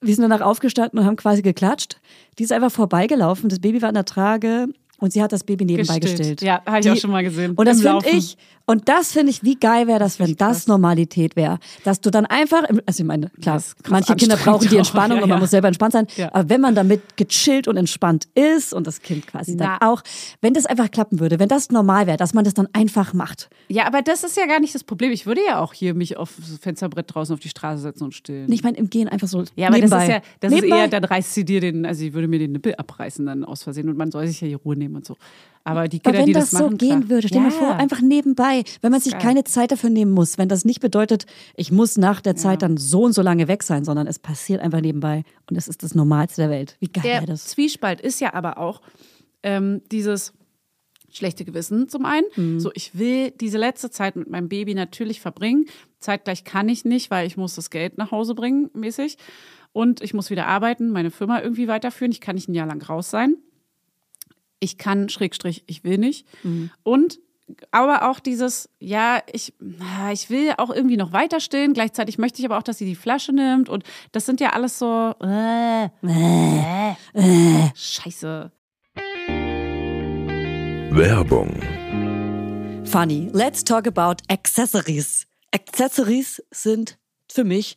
Speaker 2: wir sind danach aufgestanden und haben quasi geklatscht. Die ist einfach vorbeigelaufen, das Baby war in der Trage und sie hat das Baby nebenbei
Speaker 1: Gestillt.
Speaker 2: gestillt.
Speaker 1: Ja, hab ich
Speaker 2: Die-
Speaker 1: auch schon mal gesehen.
Speaker 2: Und das
Speaker 1: Im
Speaker 2: finde
Speaker 1: Laufen.
Speaker 2: ich, und das finde ich, wie geil wäre das, wenn das Normalität wäre. Dass du dann einfach, im, also ich meine, klar,
Speaker 1: ist krass
Speaker 2: manche Kinder
Speaker 1: anstrengend
Speaker 2: brauchen die
Speaker 1: auch,
Speaker 2: Entspannung
Speaker 1: ja,
Speaker 2: und man
Speaker 1: ja.
Speaker 2: muss selber entspannt sein.
Speaker 1: Ja.
Speaker 2: Aber wenn man damit gechillt und entspannt ist und das Kind quasi dann
Speaker 1: Na.
Speaker 2: auch, wenn das einfach klappen würde, wenn das normal wäre, dass man das dann einfach macht.
Speaker 1: Ja, aber das ist ja gar nicht das Problem. Ich würde ja auch hier mich aufs Fensterbrett draußen auf die Straße setzen und stillen.
Speaker 2: Und ich meine, im Gehen einfach so.
Speaker 1: ja, aber
Speaker 2: nebenbei.
Speaker 1: das ist ja, das ist
Speaker 2: nebenbei.
Speaker 1: eher, dann reißt sie dir den, also sie würde mir den Nippel abreißen dann aus Versehen und man soll sich ja die Ruhe nehmen und so. Aber die
Speaker 2: aber
Speaker 1: Kinder,
Speaker 2: wenn
Speaker 1: die
Speaker 2: das,
Speaker 1: das,
Speaker 2: so
Speaker 1: machen,
Speaker 2: gehen
Speaker 1: klar.
Speaker 2: würde, stell
Speaker 1: ja.
Speaker 2: dir vor, einfach nebenbei, wenn man sich
Speaker 1: geil.
Speaker 2: keine Zeit dafür nehmen muss, wenn das nicht bedeutet, ich muss nach der Zeit dann so und so lange weg sein, sondern es passiert einfach nebenbei und es ist das Normalste der Welt. Wie geil
Speaker 1: Der
Speaker 2: wäre das?
Speaker 1: Zwiespalt ist ja aber auch ähm, dieses schlechte Gewissen zum einen. So, ich will diese letzte Zeit mit meinem Baby natürlich verbringen. Zeitgleich kann ich nicht, weil ich muss das Geld nach Hause bringen, mäßig. Und ich muss wieder arbeiten, meine Firma irgendwie weiterführen. Ich kann nicht ein Jahr lang raus sein. ich kann, Schrägstrich, ich will nicht. Und aber auch dieses, ja, ich, na, ich will auch irgendwie noch weiter stillen. Gleichzeitig möchte ich aber auch, dass sie die Flasche nimmt. Und das sind ja alles so. Äh, äh, äh, Scheiße.
Speaker 3: Werbung,
Speaker 2: Funny.
Speaker 4: Let's talk about Accessories. Accessories sind für mich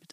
Speaker 1: mit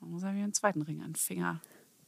Speaker 1: Dann muss er mir einen zweiten Ring an den Finger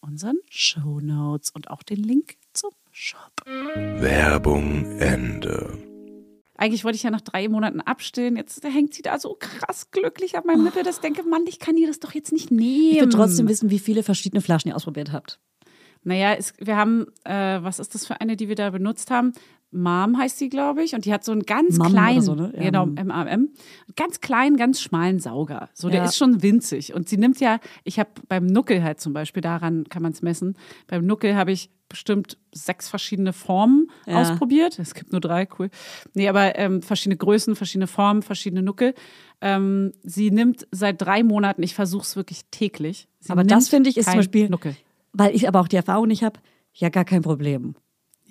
Speaker 1: unseren Show Notes und auch den Link zum Shop.
Speaker 3: Werbung Ende.
Speaker 1: Eigentlich wollte ich ja nach drei Monaten abstillen. Jetzt hängt sie da so krass glücklich an meinem Nippel, dass ich denke, Mann, ich kann ihr das doch jetzt nicht nehmen.
Speaker 2: Oh. Ich will trotzdem wissen, wie viele verschiedene Flaschen ihr ausprobiert habt.
Speaker 1: Naja, es, wir haben, äh, was ist das für eine, die wir da benutzt haben? Mom heißt sie, glaube ich. Und die hat so einen ganz
Speaker 2: Mam oder
Speaker 1: kleinen,
Speaker 2: so, ne? Ja,
Speaker 1: genau,
Speaker 2: Mam.
Speaker 1: MAM, ganz kleinen, ganz schmalen Sauger. So, der
Speaker 2: Ja.
Speaker 1: ist schon winzig. Und sie nimmt ja, ich habe beim Nuckel halt zum Beispiel, daran kann man es messen, beim Nuckel habe ich bestimmt sechs verschiedene Formen
Speaker 2: Ja.
Speaker 1: ausprobiert. Es gibt nur drei, cool. Nee, aber ähm, verschiedene Größen, verschiedene Formen, verschiedene Nuckel. Ähm, sie nimmt seit drei Monaten, ich versuche es wirklich täglich. Sie
Speaker 2: Aber
Speaker 1: nimmt
Speaker 2: das, finde ich, ist zum
Speaker 1: kein
Speaker 2: Beispiel-
Speaker 1: Nuckel.
Speaker 2: Weil ich aber auch die Erfahrung nicht habe, ja gar kein Problem.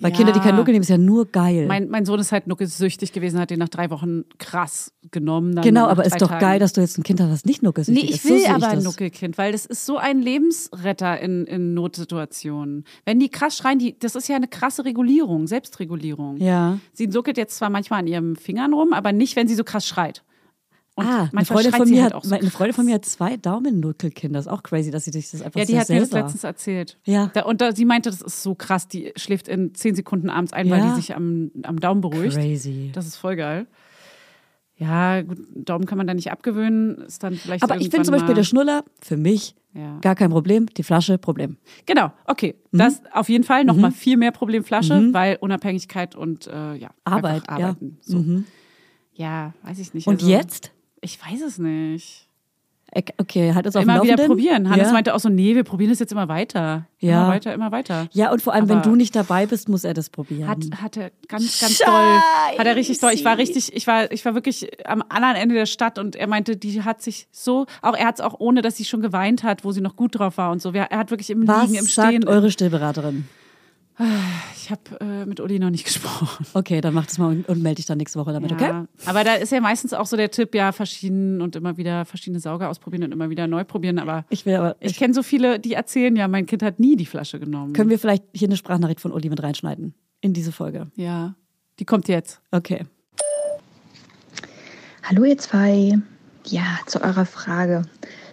Speaker 2: Weil
Speaker 1: Ja.
Speaker 2: Kinder, die kein Nuckel nehmen, ist ja nur geil.
Speaker 1: Mein, mein Sohn ist halt nuckelsüchtig gewesen, hat den nach drei Wochen krass genommen. Dann
Speaker 2: genau,
Speaker 1: nach
Speaker 2: aber
Speaker 1: drei
Speaker 2: ist doch
Speaker 1: Tagen.
Speaker 2: geil, dass du jetzt ein Kind hast, das nicht
Speaker 1: Nee,
Speaker 2: nuckelsüchtig
Speaker 1: ich
Speaker 2: ist.
Speaker 1: will
Speaker 2: so sehe
Speaker 1: aber ein
Speaker 2: ich das.
Speaker 1: Nuckelkind, weil das ist so ein Lebensretter in, in Notsituationen. Wenn die krass schreien, die, das ist ja eine krasse Regulierung, Selbstregulierung.
Speaker 2: Ja.
Speaker 1: Sie nuckelt jetzt zwar manchmal an ihrem Fingern rum, aber nicht, wenn sie so krass schreit. Und
Speaker 2: ah,
Speaker 1: manchmal
Speaker 2: eine Freundin,
Speaker 1: schreit
Speaker 2: von
Speaker 1: sie
Speaker 2: mir
Speaker 1: halt
Speaker 2: hat,
Speaker 1: auch so
Speaker 2: eine Freundin von
Speaker 1: krass.
Speaker 2: mir hat zwei Daumen-Nuckelkinder. Das ist auch crazy, dass sie sich das einfach
Speaker 1: Ja,
Speaker 2: so
Speaker 1: die hat mir das
Speaker 2: selber...
Speaker 1: letztens erzählt.
Speaker 2: Ja.
Speaker 1: Da, und da, sie meinte, das ist so krass, die schläft in zehn Sekunden abends ein, weil
Speaker 2: Ja.
Speaker 1: die sich am, am Daumen beruhigt.
Speaker 2: Crazy.
Speaker 1: Das ist voll geil. Ja, gut, Daumen kann man da nicht abgewöhnen, ist dann vielleicht.
Speaker 2: Aber ich finde zum
Speaker 1: irgendwann
Speaker 2: Beispiel der
Speaker 1: mal,
Speaker 2: Schnuller für mich
Speaker 1: Ja.
Speaker 2: gar kein Problem, die Flasche Problem.
Speaker 1: Genau, okay.
Speaker 2: Mhm.
Speaker 1: Das auf jeden Fall nochmal viel mehr Problemflasche, weil Unabhängigkeit und äh, ja, einfach
Speaker 2: Arbeit,
Speaker 1: arbeiten.
Speaker 2: ja.
Speaker 1: So.
Speaker 2: Mhm.
Speaker 1: Ja, weiß ich nicht.
Speaker 2: Und
Speaker 1: also-
Speaker 2: jetzt?
Speaker 1: Ich weiß es nicht.
Speaker 2: Ek- Okay, halt uns auf dem
Speaker 1: immer wieder
Speaker 2: Laufenden.
Speaker 1: probieren. Hannes
Speaker 2: ja.
Speaker 1: meinte auch so, nee, wir probieren das jetzt immer weiter.
Speaker 2: Ja.
Speaker 1: Immer weiter, immer weiter.
Speaker 2: Ja, und vor allem, wenn
Speaker 1: Aber-
Speaker 2: du nicht dabei bist, muss er das probieren.
Speaker 1: Hat, hat er ganz, ganz doll. Hat er richtig doll. Ich war richtig, ich war, ich war wirklich am anderen Ende der Stadt und er meinte, die hat sich so, auch er hat es auch ohne, dass sie schon geweint hat, wo sie noch gut drauf war und so. Wir- Er hat wirklich im
Speaker 2: Was
Speaker 1: Liegen, im
Speaker 2: sagt
Speaker 1: Stehen.
Speaker 2: eure Stillberaterin?
Speaker 1: ich habe äh, mit Uli noch nicht gesprochen.
Speaker 2: Okay, dann mach das mal und, und melde dich dann nächste Woche damit, okay?
Speaker 1: Ja. Aber da ist ja meistens auch so der Tipp, ja, verschieden und immer wieder verschiedene Sauger ausprobieren und immer wieder neu probieren. Aber
Speaker 2: Ich will aber.
Speaker 1: ich kenne so viele, die erzählen, ja, mein Kind hat nie die Flasche genommen.
Speaker 2: können wir vielleicht hier eine Sprachnachricht von Uli mit reinschneiden? In diese Folge.
Speaker 1: ja, die kommt jetzt.
Speaker 2: Okay.
Speaker 6: Hallo ihr zwei. Ja, zu eurer Frage.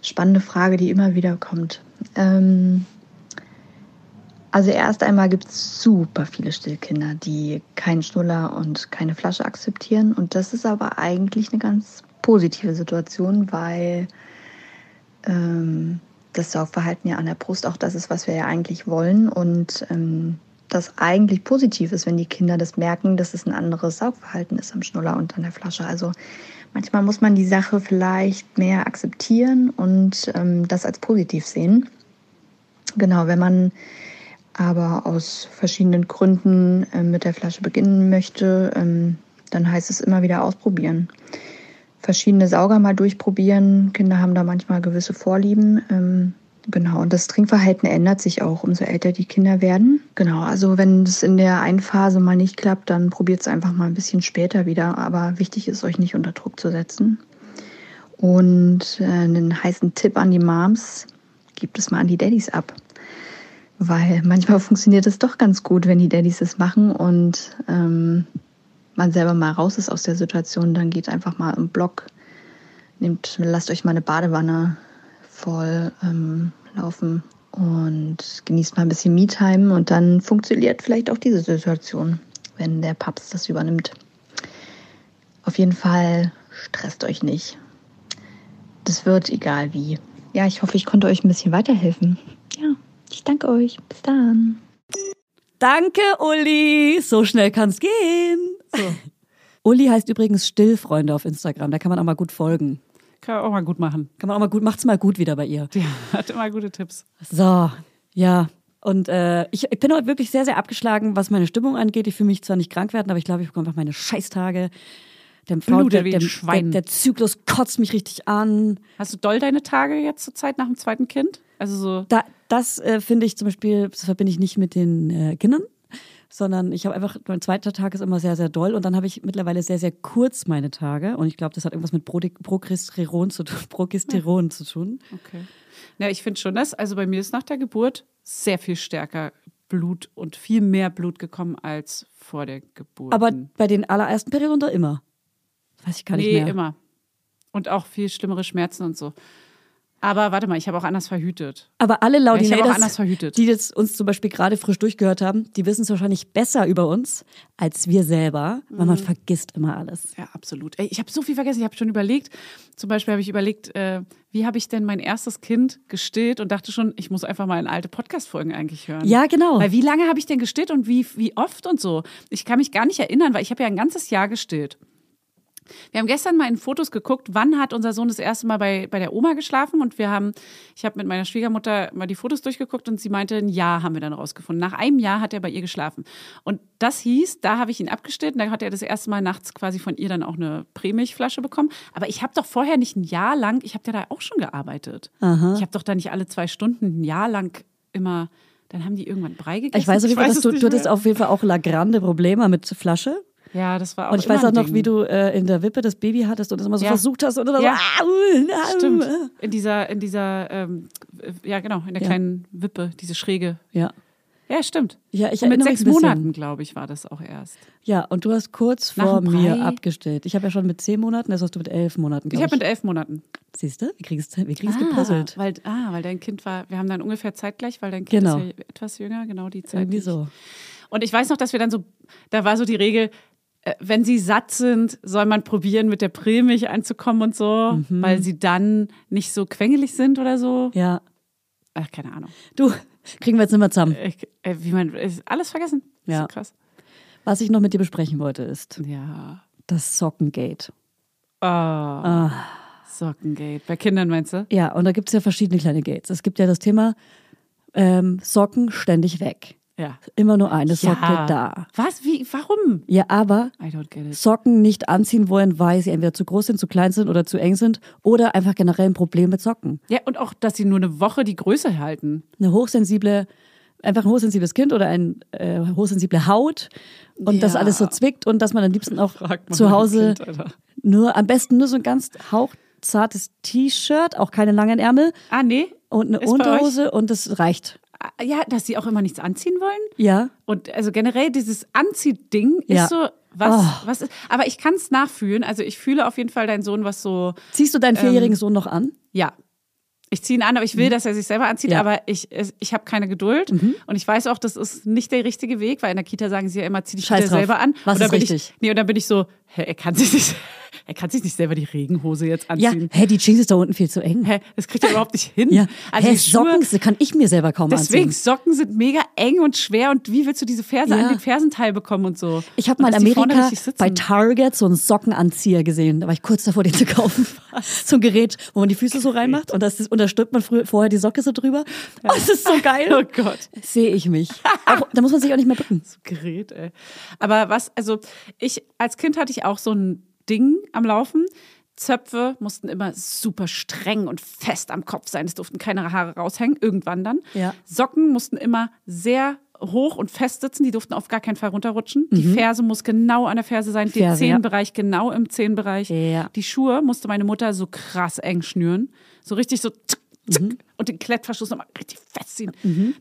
Speaker 6: Spannende Frage, die immer wieder kommt. Ähm, also erst einmal gibt es super viele Stillkinder, die keinen Schnuller und keine Flasche akzeptieren. Und das ist aber eigentlich eine ganz positive Situation, weil ähm, das Saugverhalten ja an der Brust auch das ist, was wir ja eigentlich wollen. Und ähm, das eigentlich positiv ist, wenn die Kinder das merken, dass es ein anderes Saugverhalten ist am Schnuller und an der Flasche. Also manchmal muss man die Sache vielleicht mehr akzeptieren und ähm, das als positiv sehen. Genau, wenn man aber aus verschiedenen Gründen ähm, mit der Flasche beginnen möchte, ähm, dann heißt es immer wieder ausprobieren. Verschiedene Sauger mal durchprobieren. Kinder haben da manchmal gewisse Vorlieben. Ähm, genau, und das Trinkverhalten ändert sich auch, umso älter die Kinder werden. Genau, also wenn es in der einen Phase mal nicht klappt, dann probiert es einfach mal ein bisschen später wieder. Aber wichtig ist, euch nicht unter Druck zu setzen. Und äh, einen heißen Tipp an die Moms, gibt es mal an die Daddys ab. Weil manchmal funktioniert es doch ganz gut, wenn die Daddys es machen und ähm, man selber mal raus ist aus der Situation, dann geht einfach mal im Block, nehmt, lasst euch mal eine Badewanne voll ähm, laufen und genießt mal ein bisschen Me-Time und dann funktioniert vielleicht auch diese Situation, wenn der Papst das übernimmt. Auf jeden Fall stresst euch nicht. Das wird egal wie. Ja, ich hoffe, ich konnte euch ein bisschen weiterhelfen. Ja, ich danke euch. Bis dann.
Speaker 2: Danke, Uli! So schnell kann's gehen! Uli heißt übrigens Stillfreunde auf Instagram. Da kann man auch mal gut folgen.
Speaker 1: Kann man auch mal gut machen.
Speaker 2: Kann man auch mal gut, macht's mal gut wieder bei ihr.
Speaker 1: Die hat immer gute Tipps.
Speaker 2: So, ja. Und äh, ich, ich bin heute wirklich sehr, sehr abgeschlagen, was meine Stimmung angeht. Ich fühle mich zwar nicht krank werden, aber ich glaube, ich bekomme einfach meine Scheißtage. Der,
Speaker 1: Blutet
Speaker 2: der,
Speaker 1: wie ein
Speaker 2: der, der,
Speaker 1: Schwein.
Speaker 2: der Zyklus kotzt mich richtig an.
Speaker 1: Hast du doll deine Tage jetzt zur Zeit nach dem zweiten Kind? Also so.
Speaker 2: Da, das äh, finde ich zum Beispiel, das verbinde ich nicht mit den äh, Kindern, sondern ich habe einfach, mein zweiter Tag ist immer sehr, sehr doll und dann habe ich mittlerweile sehr, sehr kurz meine Tage und ich glaube, das hat irgendwas mit Prodi- Progesteron zu tun. Progesteron zu tun.
Speaker 1: Okay. Ja, ich finde schon das. Also bei mir ist nach der Geburt sehr viel stärker Blut und viel mehr Blut gekommen als vor der Geburt.
Speaker 2: Aber bei den allerersten Perioden da immer. Das weiß ich gar nicht
Speaker 1: nee,
Speaker 2: mehr.
Speaker 1: immer. Und auch viel schlimmere Schmerzen und so. Aber warte mal, ich habe auch anders verhütet.
Speaker 2: Aber alle
Speaker 1: ich habe auch anders
Speaker 2: Laudinators,
Speaker 1: verhütet.
Speaker 2: die jetzt uns zum Beispiel gerade frisch durchgehört haben, die wissen es wahrscheinlich besser über uns als wir selber, weil
Speaker 1: Mhm.
Speaker 2: man vergisst immer alles.
Speaker 1: Ja, absolut. Ey, ich habe so viel vergessen. Ich habe schon überlegt. Zum Beispiel habe ich überlegt, äh, wie habe ich denn mein erstes Kind gestillt und dachte schon, ich muss einfach mal in alte Podcast-Folgen eigentlich hören.
Speaker 2: Ja, genau.
Speaker 1: Weil wie lange habe ich denn gestillt und wie, wie oft und so? Ich kann mich gar nicht erinnern, weil ich habe ja ein ganzes Jahr gestillt. Wir haben gestern mal in Fotos geguckt, wann hat unser Sohn das erste Mal bei, bei der Oma geschlafen und wir haben, ich habe mit meiner Schwiegermutter mal die Fotos durchgeguckt und sie meinte, ein Jahr haben wir dann rausgefunden. Nach einem Jahr hat er bei ihr geschlafen. Und das hieß, da habe ich ihn abgestillt und da hat er das erste Mal nachts quasi von ihr dann auch eine Prämilchflasche bekommen. Aber ich habe doch vorher nicht ein Jahr lang, ich habe ja da auch schon gearbeitet. Ich habe doch da nicht alle zwei Stunden ein Jahr lang immer, dann haben die irgendwann Brei gegessen.
Speaker 2: ich weiß auf jeden Fall, dass
Speaker 1: es
Speaker 2: du,
Speaker 1: nicht
Speaker 2: du hattest
Speaker 1: mehr.
Speaker 2: auf jeden Fall auch lagrande Probleme mit Flasche.
Speaker 1: Ja, das war auch
Speaker 2: Und ich
Speaker 1: immer
Speaker 2: weiß auch
Speaker 1: ein
Speaker 2: noch,
Speaker 1: Ding.
Speaker 2: wie du äh, in der Wippe das Baby hattest und es immer so
Speaker 1: Ja.
Speaker 2: versucht hast und dann
Speaker 1: Ja.
Speaker 2: so, ah, uh, na, uh,
Speaker 1: Stimmt.
Speaker 2: ah.
Speaker 1: In dieser, in dieser, ähm, äh, ja genau, in der
Speaker 2: Ja.
Speaker 1: kleinen Wippe, diese schräge.
Speaker 2: Ja.
Speaker 1: Ja, stimmt.
Speaker 2: Ja, ich
Speaker 1: Und mit
Speaker 2: erinnere mich
Speaker 1: sechs
Speaker 2: ein bisschen.
Speaker 1: Monaten, glaube ich, war das auch erst.
Speaker 2: Ja, und du hast kurz
Speaker 1: Nach
Speaker 2: vor
Speaker 1: dem
Speaker 2: mir
Speaker 1: Brei.
Speaker 2: abgestellt. Ich habe ja schon mit zehn Monaten, das hast du mit elf Monaten.
Speaker 1: Ich
Speaker 2: glaub
Speaker 1: habe mit elf Monaten.
Speaker 2: Siehst du, wir kriegen es wir kriegen's gepuzzelt.
Speaker 1: Weil, ah, weil dein Kind war, wir haben dann ungefähr zeitgleich, weil dein Kind
Speaker 2: Genau.
Speaker 1: ist ja etwas jünger, genau die Zeit.
Speaker 2: Irgendwie
Speaker 1: die ich-
Speaker 2: so.
Speaker 1: Und ich weiß noch, dass wir dann so, da war so die Regel, äh, wenn sie satt sind, soll man probieren, mit der Prämilch anzukommen und so,
Speaker 2: Mhm.
Speaker 1: weil sie dann nicht so quengelig sind oder so.
Speaker 2: Ja.
Speaker 1: Ach, keine Ahnung.
Speaker 2: Du, kriegen wir jetzt nicht mehr zusammen.
Speaker 1: Ich, äh, wie man, ist alles vergessen.
Speaker 2: Ja.
Speaker 1: So krass.
Speaker 2: Was ich noch mit dir besprechen wollte, ist
Speaker 1: Ja.
Speaker 2: das Sockengate.
Speaker 1: Ah. Sockengate. Bei Kindern meinst du?
Speaker 2: Ja, und da gibt es ja verschiedene kleine Gates. Es gibt ja das Thema ähm, Socken ständig weg.
Speaker 1: Ja.
Speaker 2: Immer nur eine Socke da.
Speaker 1: Was? Wie? Warum?
Speaker 2: Ja, aber
Speaker 1: I don't get it.
Speaker 2: Socken nicht anziehen wollen, weil sie entweder zu groß sind, zu klein sind oder zu eng sind oder einfach generell ein Problem mit Socken.
Speaker 1: Ja, und auch, dass sie nur eine Woche die Größe halten.
Speaker 2: Eine hochsensible, einfach ein hochsensibles Kind oder ein äh, hochsensible Haut und das
Speaker 1: Ja.
Speaker 2: alles so zwickt und dass man am liebsten auch zu Hause nur am besten nur so ein ganz hauchzartes T-Shirt, auch keine langen Ärmel
Speaker 1: ah, nee.
Speaker 2: und eine
Speaker 1: Ist bei
Speaker 2: Unterhose und das reicht.
Speaker 1: Ah, Ja, dass sie auch immer nichts anziehen wollen.
Speaker 2: Ja.
Speaker 1: Und also generell dieses Anziehding
Speaker 2: Ja.
Speaker 1: ist so, was,
Speaker 2: Oh.
Speaker 1: was ist. Aber ich kann es nachfühlen. Also ich fühle auf jeden Fall deinen Sohn, was so,
Speaker 2: Ziehst du
Speaker 1: Ähm,
Speaker 2: deinen vierjährigen Sohn noch an?
Speaker 1: ja. Ich ziehe ihn an, aber ich will, dass er sich selber anzieht,
Speaker 2: Mhm. Ja. Mhm.
Speaker 1: aber ich, es- ich habe keine Geduld. Und ich weiß auch, das ist nicht der richtige Weg, weil in der Kita sagen sie ja immer, zieh dich
Speaker 2: Scheiß
Speaker 1: bitte
Speaker 2: drauf.
Speaker 1: selber an.
Speaker 2: Was
Speaker 1: und dann
Speaker 2: ist
Speaker 1: bin
Speaker 2: richtig?
Speaker 1: Ich, nee, und dann bin ich so, hä, er kann sich nicht, er kann sich nicht selber die Regenhose jetzt
Speaker 2: Ja.
Speaker 1: anziehen.
Speaker 2: Hä, die Jeans ist da unten viel zu eng.
Speaker 1: Hä, das kriegt er überhaupt nicht hin.
Speaker 2: Ja.
Speaker 1: Also
Speaker 2: hä,
Speaker 1: die Schuhe-
Speaker 2: Socken das kann ich mir selber kaum
Speaker 1: Deswegen,
Speaker 2: anziehen.
Speaker 1: Socken sind mega eng und schwer und wie willst du diese Ferse
Speaker 2: Ja.
Speaker 1: an den Fersenteil bekommen und so?
Speaker 2: Ich habe
Speaker 1: Und
Speaker 2: mal in
Speaker 1: dass die vorne
Speaker 2: Amerika
Speaker 1: richtig sitzen.
Speaker 2: bei Target so einen Sockenanzieher gesehen. Da war ich kurz davor, den zu kaufen. So ein Gerät, wo man die Füße so reinmacht und, das ist, und da stülpt man früher, vorher die Socke so drüber. Oh, das ist so geil.
Speaker 1: Oh Gott.
Speaker 2: Sehe ich mich. Auch, da muss man sich auch nicht mehr bücken.
Speaker 1: So Gerät, ey. Aber was, also ich, als Kind hatte ich auch so ein Ding am Laufen. Zöpfe mussten immer super streng und fest am Kopf sein. Es durften keine Haare raushängen, irgendwann dann.
Speaker 2: Ja.
Speaker 1: Socken mussten immer sehr hoch und fest sitzen. Die durften auf gar keinen Fall runterrutschen. Die Ferse muss genau an der Ferse sein. Der
Speaker 2: Mhm. Ferse, ja.
Speaker 1: Zehenbereich genau im Zehenbereich.
Speaker 2: Ja.
Speaker 1: Die Schuhe musste meine Mutter so krass eng schnüren. So richtig so tsk, tsk,
Speaker 2: Mhm.
Speaker 1: und den Klettverschluss nochmal richtig festziehen.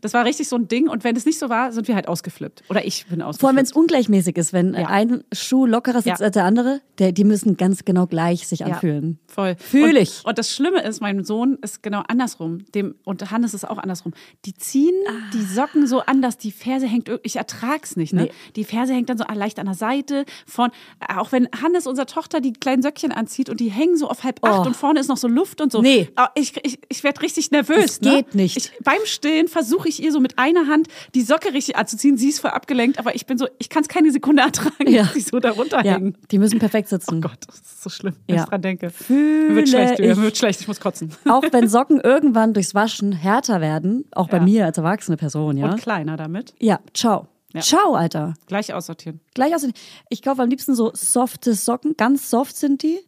Speaker 1: Das war richtig so ein Ding. Und wenn es nicht so war, sind wir halt ausgeflippt. Oder ich bin ausgeflippt.
Speaker 2: Vor allem, wenn es ungleichmäßig ist, wenn
Speaker 1: Ja.
Speaker 2: ein Schuh lockerer sitzt
Speaker 1: Ja.
Speaker 2: als der andere, der, die müssen ganz genau gleich sich
Speaker 1: Ja,
Speaker 2: anfühlen.
Speaker 1: Voll.
Speaker 2: Fühl
Speaker 1: und,
Speaker 2: ich.
Speaker 1: Und das Schlimme ist, mein Sohn ist genau andersrum. Dem, und Hannes ist auch andersrum. Die ziehen
Speaker 2: Ah.
Speaker 1: die Socken so anders. Die Ferse hängt, irg- ich ertrag's nicht. Ne? Die Ferse hängt dann so leicht an der Seite. Von, auch wenn Hannes, unsere Tochter, die kleinen Söckchen anzieht und die hängen so auf halb acht und vorne ist noch so Luft und so.
Speaker 2: Oh. Nee.
Speaker 1: Aber Ich, ich, ich werde richtig nervös.
Speaker 2: Das geht
Speaker 1: ne?
Speaker 2: nicht.
Speaker 1: Ich, beim Stillen versuche ich ihr so mit einer Hand die Socke richtig anzuziehen. Sie ist voll abgelenkt, aber ich bin so, ich kann es keine Sekunde ertragen,
Speaker 2: Ja.
Speaker 1: dass sie so darunter
Speaker 2: Ja,
Speaker 1: hängen.
Speaker 2: die müssen perfekt sitzen.
Speaker 1: Oh Gott, das ist so schlimm, wenn
Speaker 2: Ja.
Speaker 1: ich dran denke.
Speaker 2: Fühle
Speaker 1: mir wird schlecht, mir
Speaker 2: ich.
Speaker 1: wird schlecht, ich muss kotzen.
Speaker 2: Auch wenn Socken irgendwann durchs Waschen härter werden, auch bei
Speaker 1: Ja.
Speaker 2: mir als erwachsene Person, ja.
Speaker 1: Und kleiner damit.
Speaker 2: Ja, ciao.
Speaker 1: Ja.
Speaker 2: Ciao, Alter.
Speaker 1: Gleich aussortieren.
Speaker 2: Gleich aus. Ich kaufe am liebsten so softe Socken, ganz soft sind die.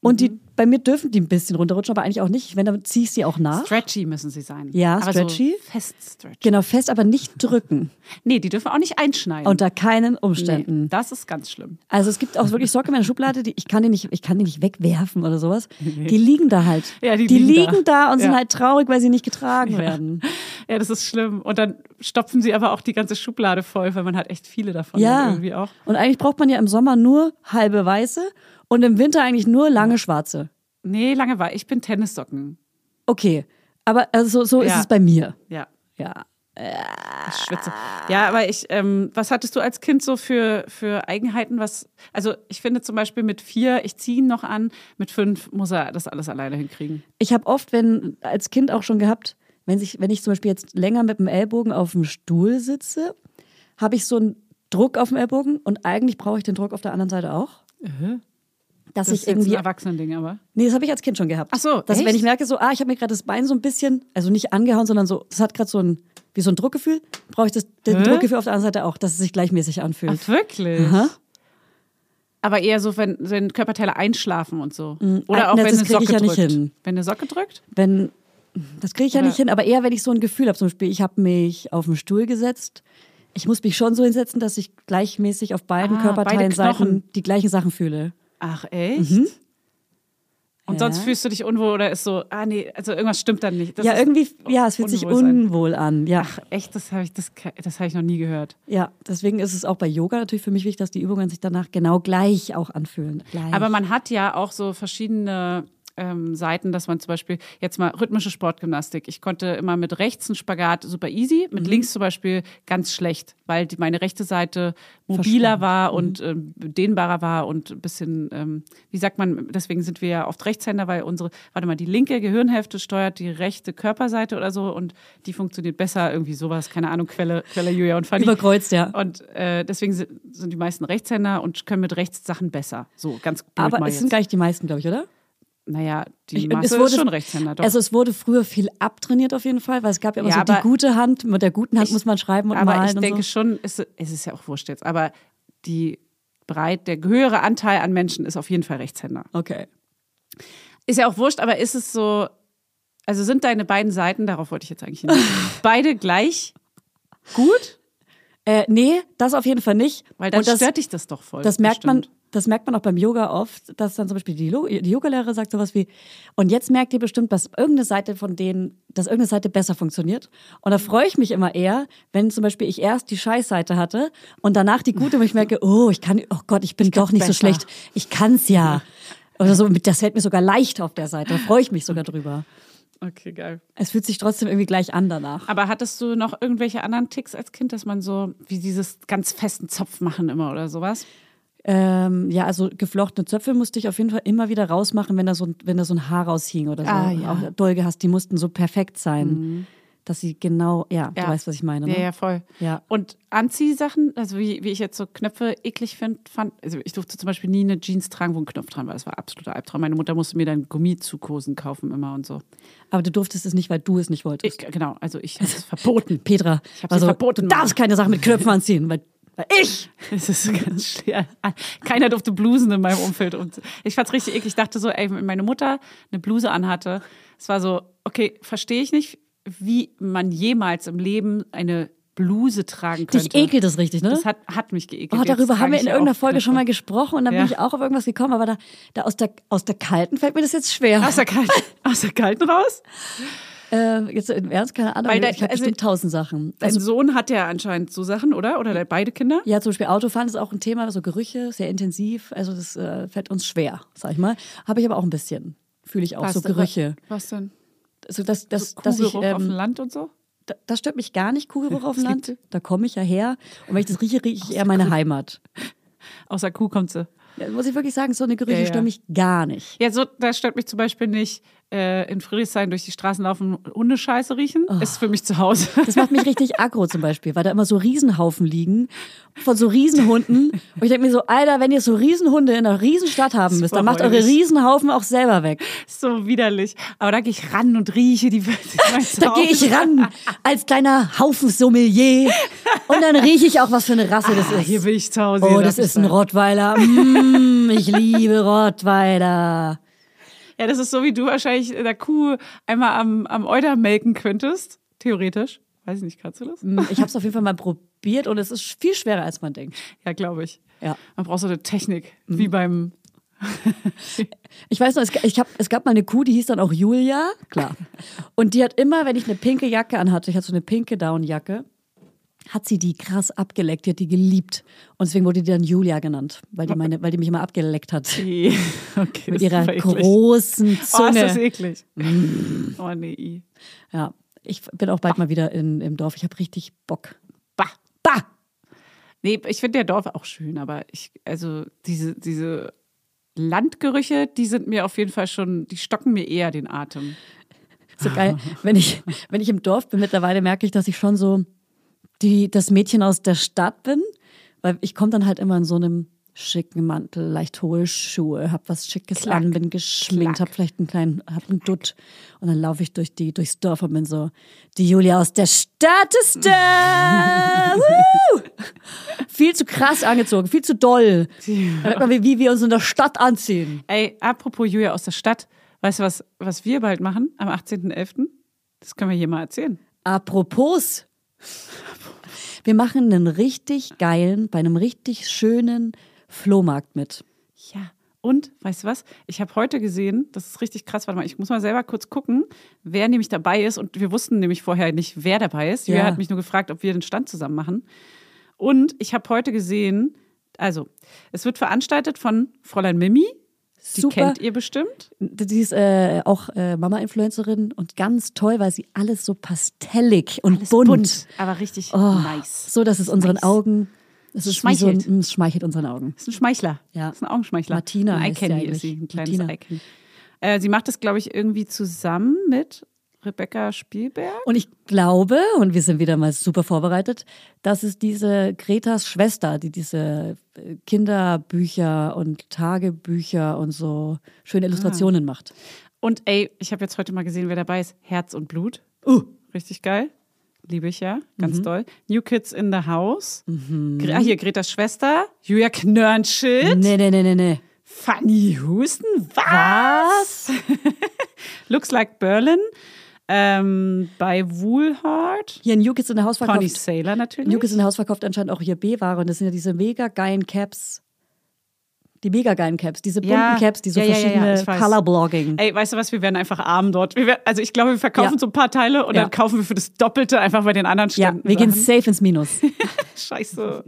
Speaker 2: Und
Speaker 1: Mhm.
Speaker 2: die, bei mir dürfen die ein bisschen runterrutschen, aber eigentlich auch nicht. Wenn, dann ziehe ich sie auch nach.
Speaker 1: Stretchy müssen sie sein.
Speaker 2: Ja,
Speaker 1: aber
Speaker 2: stretchy.
Speaker 1: So fest stretchy.
Speaker 2: Genau, fest, aber nicht drücken.
Speaker 1: Nee, die dürfen auch nicht einschneiden.
Speaker 2: Unter keinen Umständen.
Speaker 1: nee, das ist ganz schlimm.
Speaker 2: Also es gibt auch wirklich Socken in meiner Schublade, die ich kann die nicht, ich kann die nicht wegwerfen oder sowas. Die liegen da halt.
Speaker 1: Ja, die liegen
Speaker 2: liegen,
Speaker 1: da.
Speaker 2: da, und sind
Speaker 1: Ja.
Speaker 2: halt traurig, weil sie nicht getragen werden.
Speaker 1: Ja, das ist schlimm. Und dann stopfen sie aber auch die ganze Schublade voll, weil man hat echt viele davon dann
Speaker 2: Ja.
Speaker 1: irgendwie auch.
Speaker 2: Und eigentlich braucht man ja im Sommer nur halbe weiße und im Winter eigentlich nur lange schwarze.
Speaker 1: Nee, lange war. Ich bin Tennissocken.
Speaker 2: Okay, aber also so, so
Speaker 1: Ja.
Speaker 2: ist es bei mir.
Speaker 1: Ja,
Speaker 2: Ja.
Speaker 1: ich schwitze. Ja, aber ich, ähm, was hattest du als Kind so für, für Eigenheiten? Was, also ich finde zum Beispiel mit vier, ich ziehe ihn noch an, mit fünf muss er das alles alleine hinkriegen.
Speaker 2: Ich habe oft, wenn als Kind auch schon gehabt, wenn, sich, wenn ich zum Beispiel jetzt länger mit dem Ellbogen auf dem Stuhl sitze, habe ich so einen Druck auf dem Ellbogen und eigentlich brauche ich den Druck auf der anderen Seite auch. Dass
Speaker 1: Das ist
Speaker 2: ich
Speaker 1: jetzt ein
Speaker 2: irgendwie
Speaker 1: Erwachsenending, aber.
Speaker 2: Nee, das habe ich als Kind schon gehabt.
Speaker 1: Ach so,
Speaker 2: dass,
Speaker 1: echt?
Speaker 2: wenn ich merke, so, ah, ich habe mir gerade das Bein so ein bisschen, also nicht angehauen, sondern so, das hat gerade so ein, wie so ein Druckgefühl, brauche ich das, den
Speaker 1: Hä?
Speaker 2: Druckgefühl auf der anderen Seite auch, dass es sich gleichmäßig anfühlt.
Speaker 1: Ach, wirklich?
Speaker 2: Aha.
Speaker 1: Aber eher so, wenn, wenn Körperteile einschlafen und so.
Speaker 2: Ein-
Speaker 1: Oder auch
Speaker 2: Mhm. Ah, das
Speaker 1: wenn eine
Speaker 2: krieg
Speaker 1: Socke
Speaker 2: ich ja
Speaker 1: drückt.
Speaker 2: nicht hin.
Speaker 1: Wenn eine Socke drückt?
Speaker 2: Wenn, das kriege ich ja
Speaker 1: Oder-
Speaker 2: nicht hin, aber eher, wenn ich so ein Gefühl habe, zum Beispiel, ich habe mich auf den Stuhl gesetzt, ich muss mich schon so hinsetzen, dass ich gleichmäßig auf beiden
Speaker 1: Ah,
Speaker 2: Körperteilen
Speaker 1: beide Knochen.
Speaker 2: Seiten die gleichen Sachen fühle.
Speaker 1: Ach, echt? Und sonst
Speaker 2: Mhm. Ja.
Speaker 1: fühlst du dich unwohl oder ist so, ah nee, also irgendwas stimmt dann nicht. Das
Speaker 2: ja,
Speaker 1: ist
Speaker 2: irgendwie, ja, es fühlt sich
Speaker 1: unwohl sein.
Speaker 2: unwohl an. Ja,
Speaker 1: Ach, echt, das habe ich, das, ke- das hab ich noch nie gehört.
Speaker 2: ja, deswegen ist es auch bei Yoga natürlich für mich wichtig, dass die Übungen sich danach genau gleich auch anfühlen. Gleich.
Speaker 1: Aber man hat ja auch so verschiedene ähm, Seiten, dass man zum Beispiel jetzt mal rhythmische Sportgymnastik. Ich konnte immer mit rechts einen Spagat super easy,
Speaker 2: Mhm.
Speaker 1: mit links zum Beispiel ganz schlecht, weil die, meine rechte Seite mobiler war und
Speaker 2: Mhm.
Speaker 1: ähm, dehnbarer war und ein bisschen, ähm, wie sagt man, deswegen sind wir ja oft Rechtshänder, weil unsere, warte mal, die linke Gehirnhälfte steuert die rechte Körperseite oder so und die funktioniert besser, irgendwie sowas, keine Ahnung, Quelle, Quelle Julia und Fanny.
Speaker 2: Überkreuzt, ja.
Speaker 1: Und äh, deswegen si- sind die meisten Rechtshänder und können mit rechts Sachen besser. So, ganz blöd
Speaker 2: Aber
Speaker 1: mal
Speaker 2: es
Speaker 1: jetzt.
Speaker 2: sind gar nicht die meisten, glaube ich, oder?
Speaker 1: naja, die
Speaker 2: Ich-
Speaker 1: Masse ist schon Rechtshänder. Doch.
Speaker 2: Also es wurde früher viel abtrainiert auf jeden Fall, weil es gab ja immer
Speaker 1: Ja,
Speaker 2: so
Speaker 1: aber-
Speaker 2: die gute Hand. Mit der guten Hand muss man schreiben und
Speaker 1: aber
Speaker 2: malen
Speaker 1: ich
Speaker 2: und
Speaker 1: denke
Speaker 2: so.
Speaker 1: schon, es, es ist ja auch wurscht jetzt, aber die breit, der höhere Anteil an Menschen ist auf jeden Fall Rechtshänder.
Speaker 2: Okay.
Speaker 1: Ist ja auch wurscht, aber ist es so, also sind deine beiden Seiten, darauf wollte ich jetzt eigentlich hinaus, beide gleich gut?
Speaker 2: Äh, nee, das auf jeden Fall nicht.
Speaker 1: Weil dann
Speaker 2: und das,
Speaker 1: stört dich das doch voll.
Speaker 2: das merkt man.
Speaker 1: bestimmt.
Speaker 2: Das merkt man auch beim Yoga oft, dass dann zum Beispiel die, Lo- die Yogalehrerin sagt sowas wie, und jetzt merkt ihr bestimmt, dass irgendeine Seite von denen, dass irgendeine Seite besser funktioniert. Und da freue ich mich immer eher, wenn zum Beispiel ich erst die Scheißseite hatte und danach die gute, wo ich merke, oh, ich kann, oh Gott, ich bin doch nicht
Speaker 1: besser.
Speaker 2: so schlecht. Ich kann's ja. Oder so, das fällt mir sogar leicht auf der Seite. Da freue ich mich sogar drüber.
Speaker 1: Okay, geil.
Speaker 2: Es fühlt sich trotzdem irgendwie gleich an danach.
Speaker 1: Aber hattest du noch irgendwelche anderen Ticks als Kind, dass man so wie dieses ganz festen Zopf machen immer oder sowas?
Speaker 2: Ähm, ja, also geflochtene Zöpfe musste ich auf jeden Fall immer wieder rausmachen, wenn da so ein, wenn da so ein Haar raushing oder so.
Speaker 1: Ah, ja. Mhm.
Speaker 2: Auch doll gehasst, die mussten so perfekt sein, dass sie genau, ja, du weißt, was ich meine. Ne?
Speaker 1: Ja, ja, voll.
Speaker 2: Ja.
Speaker 1: Und Anziehsachen, also wie, wie ich jetzt so Knöpfe eklig find, fand, also ich durfte zum Beispiel nie eine Jeans tragen, wo ein Knopf dran war. Das war absoluter Albtraum. Meine Mutter musste mir dann Gummizukosen kaufen immer und so.
Speaker 2: Aber du durftest es nicht, weil du es nicht
Speaker 1: Ich,
Speaker 2: wolltest.
Speaker 1: genau, also ich habe es verboten.
Speaker 2: Petra, Also,
Speaker 1: hab sie verboten,
Speaker 2: du
Speaker 1: Mann.
Speaker 2: darfst keine Sachen mit Knöpfen anziehen, weil, weil ich.
Speaker 1: Es ist ganz schwer. Keiner durfte Blusen in meinem Umfeld. Und ich fand's richtig eklig. Ich dachte so, ey, wenn meine Mutter eine Bluse anhatte, es war so, okay, verstehe ich nicht, wie man jemals im Leben eine Bluse tragen könnte.
Speaker 2: Dich ekelt das richtig, ne?
Speaker 1: Das hat, hat mich geekelt.
Speaker 2: Oh,
Speaker 1: Jetzt
Speaker 2: darüber
Speaker 1: trage
Speaker 2: haben wir
Speaker 1: ich
Speaker 2: in
Speaker 1: ja
Speaker 2: irgendeiner
Speaker 1: auch
Speaker 2: Folge schon mal
Speaker 1: Knöpfe.
Speaker 2: gesprochen und dann bin
Speaker 1: Ja.
Speaker 2: ich auch auf irgendwas gekommen, aber da, da aus, der, aus der kalten fällt mir das jetzt schwer.
Speaker 1: Aus der, kalten, aus der kalten raus?
Speaker 2: Äh, jetzt im Ernst, keine Ahnung,
Speaker 1: Weil da-
Speaker 2: ich habe
Speaker 1: also-
Speaker 2: bestimmt tausend Sachen. Äh,
Speaker 1: Dein Sohn hat ja anscheinend so Sachen, oder? Oder der- beide Kinder?
Speaker 2: Also Ja, zum Beispiel Autofahren ist auch ein Thema, so Gerüche, sehr intensiv. Also das äh, fällt uns schwer, sag ich mal. Habe ich aber auch ein bisschen. Fühle ich auch so Gerüche.
Speaker 1: Was denn?
Speaker 2: Also das, das,
Speaker 1: So
Speaker 2: dass ich,
Speaker 1: Kuhgeruch auf dem
Speaker 2: ähm,
Speaker 1: Land und so?
Speaker 2: da- das stört mich gar nicht, Kugelruch auf dem
Speaker 1: Das liegt-
Speaker 2: Land. Da komme ich ja her. Und wenn ich das rieche, rieche ich eher meine Heimat.
Speaker 1: Außer Kuh kommt sie.
Speaker 2: Ja, muss ich wirklich sagen, so eine Gerüche
Speaker 1: Ja, ja.
Speaker 2: stören mich gar nicht.
Speaker 1: Ja, so, da stört mich zum Beispiel nicht, äh, in Friedrichshain durch die Straßen laufen, Hundescheiße riechen. Ist für mich zu Hause.
Speaker 2: Oh. Das macht mich richtig aggro zum Beispiel, weil da immer so Riesenhaufen liegen von so Riesenhunden. Und ich denke mir so, Alter, wenn ihr so Riesenhunde in einer Riesenstadt haben müsst, dann macht eure
Speaker 1: verheulich.
Speaker 2: Riesenhaufen auch selber weg.
Speaker 1: so widerlich. Aber da gehe ich ran und rieche die Welt.
Speaker 2: Da gehe ich ran als kleiner Haufen Sommelier und dann rieche ich auch, was für eine Rasse das
Speaker 1: Ah, hier
Speaker 2: ist.
Speaker 1: bin ich zu Hause.
Speaker 2: Oh,
Speaker 1: hier
Speaker 2: das
Speaker 1: darf ich
Speaker 2: ist ein
Speaker 1: sein.
Speaker 2: Rottweiler. Mm, ich liebe Rottweiler.
Speaker 1: Ja, das ist so, wie du wahrscheinlich der Kuh einmal am, am Euter melken könntest. Theoretisch. Weiß ich nicht, kannst du das?
Speaker 2: Mm, Ich habe es auf jeden Fall mal probiert und es ist viel schwerer, als man denkt.
Speaker 1: Ja, Mhm. glaube ich.
Speaker 2: Ja.
Speaker 1: Man braucht so eine Technik, wie beim.
Speaker 2: Ich weiß noch, es, g- ich hab, es gab mal eine Kuh, die hieß dann auch Julia. Klar. Und die hat immer, wenn ich eine pinke Jacke anhatte, ich hatte so eine pinke Downjacke, hat sie die krass abgeleckt. Die hat die geliebt. Und deswegen wurde die dann Julia genannt, weil die, meine, weil die mich immer abgeleckt hat.
Speaker 1: Okay, das
Speaker 2: Mit
Speaker 1: ist
Speaker 2: ihrer
Speaker 1: voll eklig.
Speaker 2: großen
Speaker 1: Oh, ist
Speaker 2: Zunge.
Speaker 1: das eklig. Oh, nee.
Speaker 2: ja, ich bin auch bald mal wieder in, im Dorf. Ich habe richtig Bock.
Speaker 1: Bah. Bah. Nee, ich finde der Dorf auch schön, aber ich, also diese, diese Landgerüche, die sind mir auf jeden Fall schon, die stocken mir eher den Atem.
Speaker 2: So geil, wenn ich, wenn ich im Dorf bin, mittlerweile merke ich, dass ich schon so die, das Mädchen aus der Stadt bin, weil ich komme dann halt immer in so einem schicken Mantel, leicht hohe Schuhe, hab was Schickes
Speaker 1: Klack,
Speaker 2: an, bin geschminkt,
Speaker 1: klack.
Speaker 2: hab vielleicht einen kleinen, hab einen Dutt und dann laufe ich durch die, durchs Dorf und bin so, die Julia aus der Stadt ist da! Woo! viel zu krass angezogen, viel zu doll. Da merkt man, wie, wie wir uns in der Stadt anziehen.
Speaker 1: Ey, apropos Julia aus der Stadt, weißt du, was, was wir bald machen am 18.11.? Das können wir hier mal erzählen.
Speaker 2: Apropos, wir machen einen richtig geilen, bei einem richtig schönen Flohmarkt mit.
Speaker 1: Ja. Und, weißt du was? Ich habe heute gesehen, das ist richtig krass, warte mal, ich muss mal selber kurz gucken, wer nämlich dabei ist. Und wir wussten nämlich vorher nicht, wer dabei ist. Julia
Speaker 2: Ja.
Speaker 1: hat mich nur gefragt, ob wir den Stand zusammen machen. Und ich habe heute gesehen, also, es wird veranstaltet von Fräulein Mimi. Die
Speaker 2: Super.
Speaker 1: kennt ihr bestimmt.
Speaker 2: Die ist äh, auch äh, Mama-Influencerin und ganz toll, weil sie alles so pastellig und bunt.
Speaker 1: aber richtig
Speaker 2: Oh,
Speaker 1: nice.
Speaker 2: So, dass es unseren
Speaker 1: Nice.
Speaker 2: Augen es ist Wie
Speaker 1: Schmeichelt.
Speaker 2: so ein, mm, es schmeichelt unseren Augen.
Speaker 1: Ist ein Schmeichler.
Speaker 2: Ja.
Speaker 1: Ist ein Augenschmeichler.
Speaker 2: Martina
Speaker 1: Ein
Speaker 2: heißt sie
Speaker 1: Eye-Candy
Speaker 2: eigentlich.
Speaker 1: ist sie. Ein kleines
Speaker 2: Martina.
Speaker 1: Eye-Candy. Äh, sie macht das, glaube ich, irgendwie zusammen mit Rebecca Spielberg.
Speaker 2: Und ich glaube, und wir sind wieder mal super vorbereitet, dass es diese Gretas Schwester, die diese äh, Kinderbücher und Tagebücher und so
Speaker 1: Ah.
Speaker 2: schöne Illustrationen macht.
Speaker 1: Und ey, ich habe jetzt heute mal gesehen, wer dabei ist. Herz und Blut.
Speaker 2: Uh.
Speaker 1: Richtig geil. Liebe ich ja,
Speaker 2: Mhm.
Speaker 1: ganz doll. New Kids in the House. Gre- Ah, hier Gretas Schwester. Julia Knörnschild.
Speaker 2: Nee, nee, nee, nee, nee.
Speaker 1: Fanny Houston. Was? Looks like Berlin. Ähm, bei Woolhart.
Speaker 2: Hier in New Kids in der Haus
Speaker 1: Connie
Speaker 2: verkauft.
Speaker 1: Saylor natürlich.
Speaker 2: New Kids in der Haus verkauft anscheinend auch hier B-Ware und das sind ja diese mega geilen Caps. Die mega geilen Caps, diese bunten
Speaker 1: Ja.
Speaker 2: Caps, die so
Speaker 1: Ja, ja, ja, ja,
Speaker 2: verschiedene
Speaker 1: ich weiß.
Speaker 2: Color-Blogging.
Speaker 1: Ey, weißt du was, wir werden einfach arm dort. Wir werden, also ich glaube, wir verkaufen
Speaker 2: Ja.
Speaker 1: so ein paar Teile und
Speaker 2: Ja.
Speaker 1: dann kaufen wir für das Doppelte einfach bei den anderen
Speaker 2: Ja,
Speaker 1: Ständen.
Speaker 2: wir gehen
Speaker 1: Sachen.
Speaker 2: safe ins Minus.
Speaker 1: Scheiße.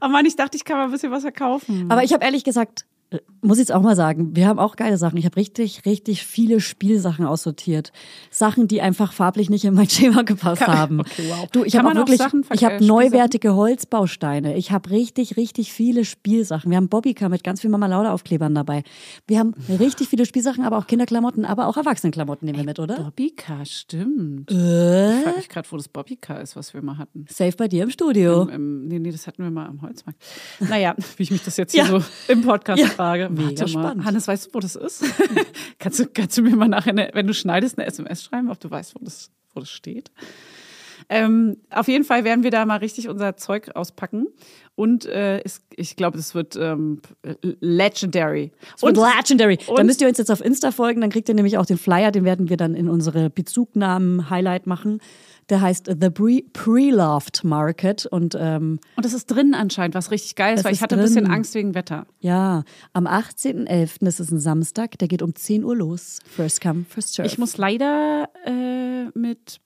Speaker 1: Oh Mann, ich dachte, ich kann mal ein bisschen was verkaufen.
Speaker 2: Aber ich habe ehrlich gesagt, äh, muss ich jetzt auch mal sagen, wir haben auch geile Sachen. Ich habe richtig, richtig viele Spielsachen aussortiert. Sachen, die einfach farblich nicht in mein Schema gepasst haben.
Speaker 1: okay, wow.
Speaker 2: Du, ich
Speaker 1: Kann
Speaker 2: habe auch
Speaker 1: man auch
Speaker 2: wirklich,
Speaker 1: Sachen verk-
Speaker 2: ich
Speaker 1: äh,
Speaker 2: habe
Speaker 1: Spielsachen-
Speaker 2: neuwertige Holzbausteine. Ich habe richtig, richtig viele Spielsachen. Wir haben Bobbycar mit ganz viel Mama Lauda Aufklebern dabei. Wir haben richtig viele Spielsachen, aber auch Kinderklamotten, aber auch Erwachsenenklamotten nehmen wir mit, oder?
Speaker 1: Bobbycar, stimmt. Ich frage mich gerade, wo das Bobbycar ist, was wir mal hatten.
Speaker 2: Safe bei dir im Studio.
Speaker 1: Ähm, nee, nee, das hatten wir mal am Holzmarkt. Naja, wie ich mich das jetzt hier so im Podcast
Speaker 2: Ja.
Speaker 1: frage.
Speaker 2: Mega
Speaker 1: Warte mal.
Speaker 2: spannend.
Speaker 1: Hannes, weißt du, wo das ist? kannst, du, kannst du mir mal nachher, eine, wenn du schneidest, eine SMS schreiben, ob du weißt, wo das, wo das steht? Ähm, auf jeden Fall werden wir da mal richtig unser Zeug auspacken. Und äh, es, ich glaube, das wird ähm, legendary.
Speaker 2: Und Legendary. da
Speaker 1: und-
Speaker 2: müsst ihr uns jetzt auf Insta folgen, dann kriegt ihr nämlich auch den Flyer, den werden wir dann in unsere Bezugnahmen-Highlight machen. Der heißt The Pre- Pre-Loved Market und ähm,
Speaker 1: Und es ist drin anscheinend, was richtig geil ist,
Speaker 2: Es
Speaker 1: weil
Speaker 2: ist
Speaker 1: ich hatte ein bisschen
Speaker 2: drin.
Speaker 1: Angst wegen Wetter.
Speaker 2: ja, am 18.11., das ist ein Samstag, der geht um 10 Uhr los. First come, first serve.
Speaker 1: Ich muss leider äh, mit,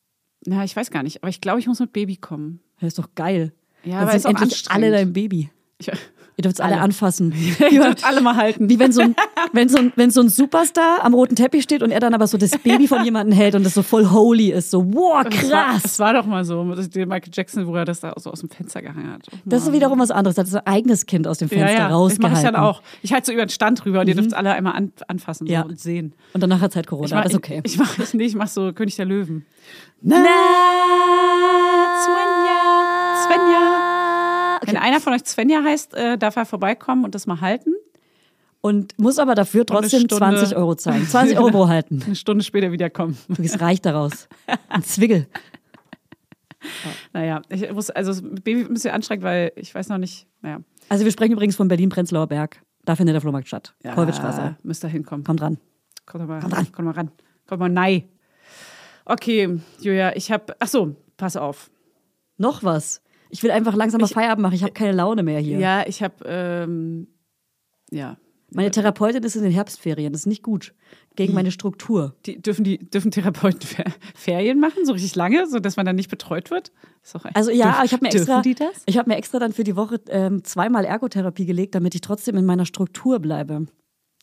Speaker 1: na, ich weiß gar nicht, aber ich glaube, ich muss mit Baby kommen.
Speaker 2: das ist doch geil.
Speaker 1: Ja,
Speaker 2: Dann
Speaker 1: aber
Speaker 2: sind
Speaker 1: ist auch
Speaker 2: endlich alle
Speaker 1: anstrengend.
Speaker 2: dein Baby.
Speaker 1: Ich,
Speaker 2: Ihr dürft alle, alle anfassen.
Speaker 1: ihr dürft alle mal halten.
Speaker 2: Wie wenn so, ein, wenn, so ein, wenn so ein Superstar am roten Teppich steht und er dann aber so das Baby von jemandem hält und das so voll holy ist. So,
Speaker 1: Das war,
Speaker 2: wow, krass.
Speaker 1: das war doch mal so, mit dem Michael Jackson, wo er das da so aus dem Fenster gehangen hat. Oh,
Speaker 2: Das ist
Speaker 1: Mann.
Speaker 2: wiederum was anderes. Das ist ein eigenes Kind aus dem Fenster
Speaker 1: ja, ja. Das mache
Speaker 2: rausgehalten. Mhm.
Speaker 1: ich dann auch. Ich halte so über den Stand drüber und ihr dürft es alle einmal an, anfassen
Speaker 2: Ja.
Speaker 1: so, und sehen.
Speaker 2: Und danach hat es halt Corona.
Speaker 1: mach-
Speaker 2: aber ist okay.
Speaker 1: Ich, ich mache nee, ich mach so König der Löwen.
Speaker 2: Svenja!
Speaker 1: Svenja!
Speaker 2: Genau.
Speaker 1: Wenn einer von euch Svenja heißt, äh, darf er vorbeikommen und das mal halten.
Speaker 2: Und muss aber dafür trotzdem
Speaker 1: Stunde.
Speaker 2: 20 Euro zahlen. 20 Euro pro halten.
Speaker 1: Eine Stunde später wiederkommen.
Speaker 2: Du bist reich daraus. Ein Zwiggel.
Speaker 1: Naja, ich muss, also das Baby wird ein bisschen anstrengend, weil ich weiß noch nicht, naja.
Speaker 2: Also wir sprechen übrigens von Berlin-Prenzlauer Berg. Da findet der Flohmarkt statt. Ja. Kolwitzstraße.
Speaker 1: Müsst ihr hinkommen.
Speaker 2: Kommt dran.
Speaker 1: Kommt doch mal ran. Kommt mal ran. Kommt mal nein. Okay, Julia, ich habe. Ach so, pass auf.
Speaker 2: Noch was. Ich will einfach langsam mal Feierabend machen. Ich habe keine Laune mehr hier.
Speaker 1: Ja, ich habe. Ähm, ja.
Speaker 2: Meine Therapeutin ist in den Herbstferien. Das ist nicht gut. Gegen
Speaker 1: Hm.
Speaker 2: meine Struktur.
Speaker 1: Die, dürfen, die, dürfen Therapeuten Fer- Ferien machen, so richtig lange, sodass man dann nicht betreut wird? Ist doch ein-
Speaker 2: Also ja,
Speaker 1: Dürf-
Speaker 2: aber ich habe mir extra,
Speaker 1: Dürfen die das?
Speaker 2: ich habe mir extra dann für die Woche ähm, zweimal Ergotherapie gelegt, damit ich trotzdem in meiner Struktur bleibe.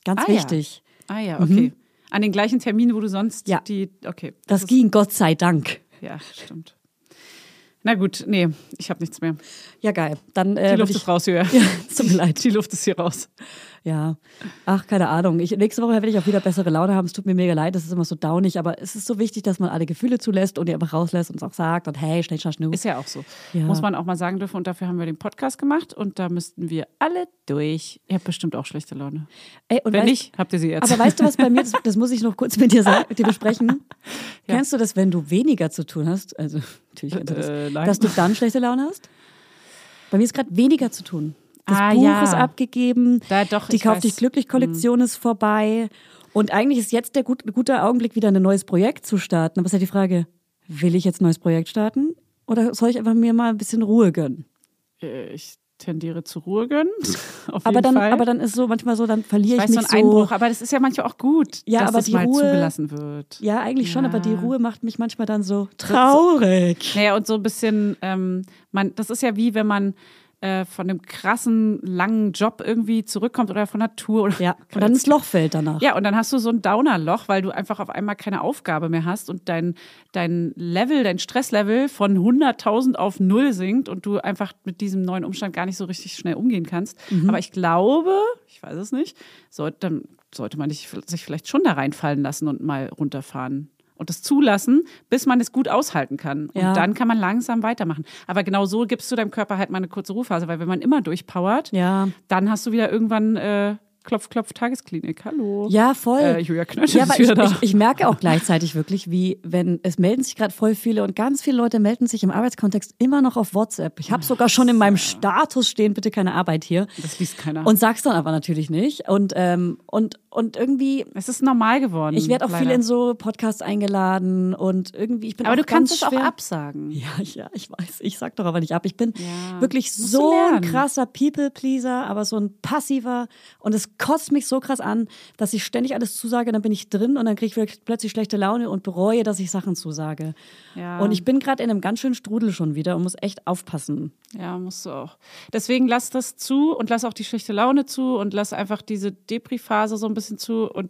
Speaker 2: Ganz
Speaker 1: Ah ja.
Speaker 2: wichtig.
Speaker 1: Ah ja, okay. An den gleichen Terminen, wo du sonst
Speaker 2: Mhm. Ja.
Speaker 1: die. Okay.
Speaker 2: Das,
Speaker 1: ist-
Speaker 2: ging, Gott sei Dank.
Speaker 1: Ja, stimmt. Na gut, nee, ich habe nichts mehr.
Speaker 2: Ja geil. Dann äh,
Speaker 1: Die
Speaker 2: würd
Speaker 1: Luft
Speaker 2: ich,
Speaker 1: ist raus, Julia.
Speaker 2: Ja, es tut mir leid.
Speaker 1: Die Luft ist hier raus.
Speaker 2: Ja. Ach, keine Ahnung. Ich, nächste Woche werde ich auch wieder bessere Laune haben. Es tut mir mega leid. Das ist immer so downig, aber es ist so wichtig, dass man alle Gefühle zulässt und die einfach rauslässt und es auch sagt und hey, schnell, schnell, schnell.
Speaker 1: Ist ja auch so.
Speaker 2: Ja.
Speaker 1: Muss man auch mal sagen dürfen. Und dafür haben wir den Podcast gemacht. Und da müssten wir alle durch. Ihr habt bestimmt auch schlechte Laune.
Speaker 2: Ey, und
Speaker 1: Wenn
Speaker 2: weißt-
Speaker 1: nicht, habt ihr sie jetzt.
Speaker 2: Aber weißt du, was bei mir, das, das muss ich noch kurz mit dir, sagen, mit dir besprechen. Kennst du das, wenn du weniger zu tun hast? Also, natürlich, kennst du das,
Speaker 1: Äh, nein.
Speaker 2: dass du dann schlechte Laune hast? Bei mir ist gerade weniger zu tun. Das
Speaker 1: Ah,
Speaker 2: Buch
Speaker 1: ja.
Speaker 2: ist abgegeben,
Speaker 1: Da doch,
Speaker 2: die
Speaker 1: ich
Speaker 2: Kauf
Speaker 1: weiß. Mhm.
Speaker 2: dich glücklich Kollektion ist vorbei. Und eigentlich ist jetzt der gut, guter Augenblick, wieder ein neues Projekt zu starten. Aber es ist ja die Frage, will ich jetzt ein neues Projekt starten? Oder soll ich einfach mir mal ein bisschen Ruhe gönnen?
Speaker 1: Äh, ich tendiere zu Ruhe gönnen. Auf
Speaker 2: Aber
Speaker 1: jeden
Speaker 2: dann,
Speaker 1: Fall.
Speaker 2: aber dann ist so, manchmal so, dann verliere
Speaker 1: ich
Speaker 2: ich,
Speaker 1: weiß so
Speaker 2: mich
Speaker 1: ein Einbruch. Aber das ist ja manchmal auch gut,
Speaker 2: Ja,
Speaker 1: dass
Speaker 2: aber
Speaker 1: das
Speaker 2: die
Speaker 1: mal
Speaker 2: Ruhe-
Speaker 1: zugelassen wird.
Speaker 2: Ja, eigentlich schon,
Speaker 1: Ja.
Speaker 2: aber die Ruhe macht mich manchmal dann so traurig.
Speaker 1: Naja, und so ein bisschen, ähm, man, das ist ja wie wenn man äh, von einem krassen, langen Job irgendwie zurückkommt oder von der Tour. Oder
Speaker 2: Ja, und dann ins Loch fällt danach.
Speaker 1: Ja, und dann hast du so ein Downer-Loch, weil du einfach auf einmal keine Aufgabe mehr hast und dein, dein Level, dein Stresslevel von 100.000 auf null sinkt und du einfach mit diesem neuen Umstand gar nicht so richtig schnell umgehen kannst.
Speaker 2: Mhm.
Speaker 1: Aber ich glaube, ich weiß es nicht, sollte, dann sollte man dich, sich vielleicht schon da reinfallen lassen und mal runterfahren. Und das zulassen, bis man es gut aushalten kann. Und
Speaker 2: Ja.
Speaker 1: dann kann man langsam weitermachen. Aber genau so gibst du deinem Körper halt mal eine kurze Ruhephase, weil wenn man immer durchpowert,
Speaker 2: Ja.
Speaker 1: dann hast du wieder irgendwann äh, Klopf, Klopf, Tagesklinik. Hallo.
Speaker 2: Ja, voll.
Speaker 1: Äh, Julia Knöchel
Speaker 2: ja,
Speaker 1: ist
Speaker 2: aber
Speaker 1: wieder da.
Speaker 2: ich, ich, ich merke auch gleichzeitig wirklich, wie wenn es melden sich gerade voll viele und ganz viele Leute melden sich im Arbeitskontext immer noch auf WhatsApp. Ich habe sogar schon in meinem Status stehen, bitte keine Arbeit hier.
Speaker 1: Das liest keiner.
Speaker 2: Und sag's dann aber natürlich nicht. Und, ähm, und, und irgendwie,
Speaker 1: es ist normal geworden.
Speaker 2: ich werde auch
Speaker 1: Hm, leider.
Speaker 2: viel in so Podcasts eingeladen und irgendwie, ich bin
Speaker 1: Aber
Speaker 2: auch
Speaker 1: du kannst
Speaker 2: ganz
Speaker 1: es auch
Speaker 2: schwer-
Speaker 1: absagen.
Speaker 2: Ja, ja, ich weiß. Ich sag doch aber nicht ab. Ich bin
Speaker 1: Ja,
Speaker 2: wirklich
Speaker 1: musst du
Speaker 2: so ein
Speaker 1: lernen.
Speaker 2: krasser People-Pleaser, aber so ein passiver. Und es kotzt mich so krass an, dass ich ständig alles zusage, dann bin ich drin und dann kriege ich wirklich plötzlich schlechte Laune und bereue, dass ich Sachen zusage.
Speaker 1: Ja.
Speaker 2: Und ich bin gerade in einem ganz schönen Strudel schon wieder und muss echt aufpassen.
Speaker 1: Ja, musst du auch. Deswegen lass das zu und lass auch die schlechte Laune zu und lass einfach diese Depri-Phase so ein bisschen zu und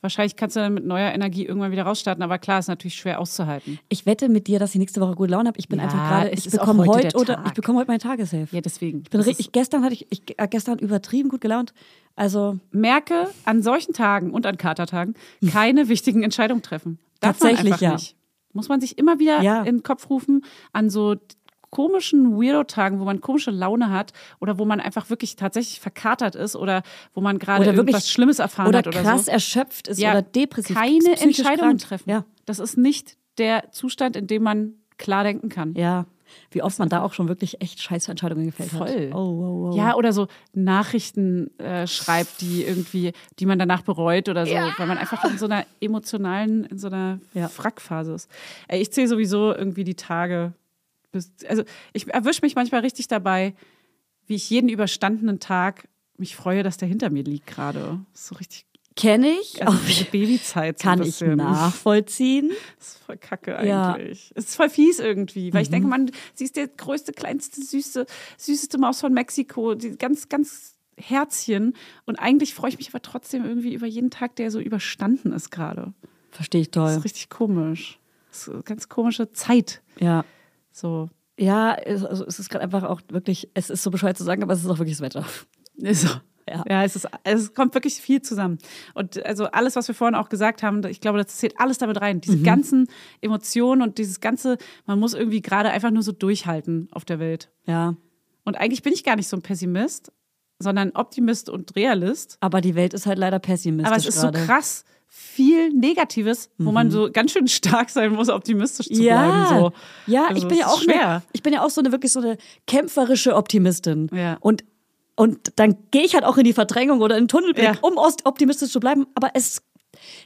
Speaker 1: wahrscheinlich kannst du dann mit neuer Energie irgendwann wieder rausstarten. Aber klar, ist natürlich schwer auszuhalten.
Speaker 2: Ich wette mit dir, dass ich nächste Woche gute Laune habe. Ich bin
Speaker 1: Ja,
Speaker 2: einfach gerade,
Speaker 1: es
Speaker 2: ich
Speaker 1: ist auch
Speaker 2: bekomme
Speaker 1: heute
Speaker 2: heute,
Speaker 1: der
Speaker 2: oder
Speaker 1: Tag.
Speaker 2: ich bekomme heute mein Tageshelf.
Speaker 1: Ja, deswegen.
Speaker 2: Ich bin
Speaker 1: Das
Speaker 2: richtig, gestern hatte ich, ich äh, gestern übertrieben gut gelaunt. Also
Speaker 1: ist- merke an solchen Tagen und an Katertagen keine wichtigen Entscheidungen treffen. Darf man
Speaker 2: Tatsächlich,
Speaker 1: einfach
Speaker 2: ja.
Speaker 1: nicht. Muss man sich immer wieder
Speaker 2: Ja.
Speaker 1: in den Kopf rufen an so komischen Weirdo-Tagen, wo man komische Laune hat oder wo man einfach wirklich tatsächlich verkatert ist oder wo man gerade
Speaker 2: Oder wirklich-
Speaker 1: irgendwas Schlimmes erfahren
Speaker 2: oder
Speaker 1: hat oder
Speaker 2: krass
Speaker 1: so.
Speaker 2: erschöpft ist
Speaker 1: Ja,
Speaker 2: oder depressiv.
Speaker 1: Keine
Speaker 2: psychisch
Speaker 1: Entscheidungen
Speaker 2: krank.
Speaker 1: treffen.
Speaker 2: Ja.
Speaker 1: Das ist nicht der Zustand, in dem man klar denken kann.
Speaker 2: Ja, wie oft man da auch schon wirklich echt scheiße Entscheidungen gefällt
Speaker 1: Voll.
Speaker 2: hat. Oh, wow, wow.
Speaker 1: Ja, oder so Nachrichten äh, schreibt, die irgendwie, die man danach bereut oder so, weil man einfach in so einer emotionalen, in so einer
Speaker 2: Ja.
Speaker 1: Frackphase ist. Ey, ich zähle sowieso irgendwie die Tage. Bis, also ich erwische mich manchmal richtig dabei, wie ich jeden überstandenen Tag mich freue, dass der hinter mir liegt gerade. Ist So richtig
Speaker 2: Kenne ich,
Speaker 1: also
Speaker 2: aber
Speaker 1: diese Babyzeit.
Speaker 2: kann
Speaker 1: so ein
Speaker 2: ich
Speaker 1: bisschen.
Speaker 2: nachvollziehen.
Speaker 1: Das ist voll kacke
Speaker 2: Ja.
Speaker 1: eigentlich. Es ist voll fies irgendwie, weil ich denke, man, sie ist der größte, kleinste, süße, süßeste Maus von Mexiko, die ganz, ganz Herzchen. Und eigentlich freue ich mich aber trotzdem irgendwie über jeden Tag, der so überstanden ist gerade.
Speaker 2: Verstehe ich
Speaker 1: Das
Speaker 2: toll.
Speaker 1: ist richtig komisch. Das ist eine ganz komische Zeit.
Speaker 2: Ja.
Speaker 1: So.
Speaker 2: Ja, es- also es ist gerade einfach auch wirklich, es ist so bescheuert zu sagen, aber es ist auch wirklich das Wetter.
Speaker 1: so.
Speaker 2: Ja.
Speaker 1: Ja, es, ist, es kommt wirklich viel zusammen. Und also alles, was wir vorhin auch gesagt haben, ich glaube, das zählt alles damit rein. Diese ganzen Emotionen und dieses ganze, man muss irgendwie gerade einfach nur so durchhalten auf der Welt.
Speaker 2: Ja.
Speaker 1: Und eigentlich bin ich gar nicht so ein Pessimist, sondern Optimist und Realist.
Speaker 2: Aber die Welt ist halt leider pessimistisch
Speaker 1: Aber es ist so
Speaker 2: gerade. Mhm.
Speaker 1: krass viel Negatives, wo man so ganz schön stark sein muss, optimistisch zu
Speaker 2: ja,
Speaker 1: bleiben. So.
Speaker 2: ja
Speaker 1: Also
Speaker 2: ich bin
Speaker 1: es
Speaker 2: ja
Speaker 1: ist
Speaker 2: auch
Speaker 1: schwer.
Speaker 2: Eine, ich bin ja auch so eine wirklich so eine kämpferische Optimistin.
Speaker 1: Ja.
Speaker 2: Und und dann gehe ich halt auch in die Verdrängung oder in den Tunnelblick,
Speaker 1: Ja.
Speaker 2: um ost- optimistisch zu bleiben. Aber es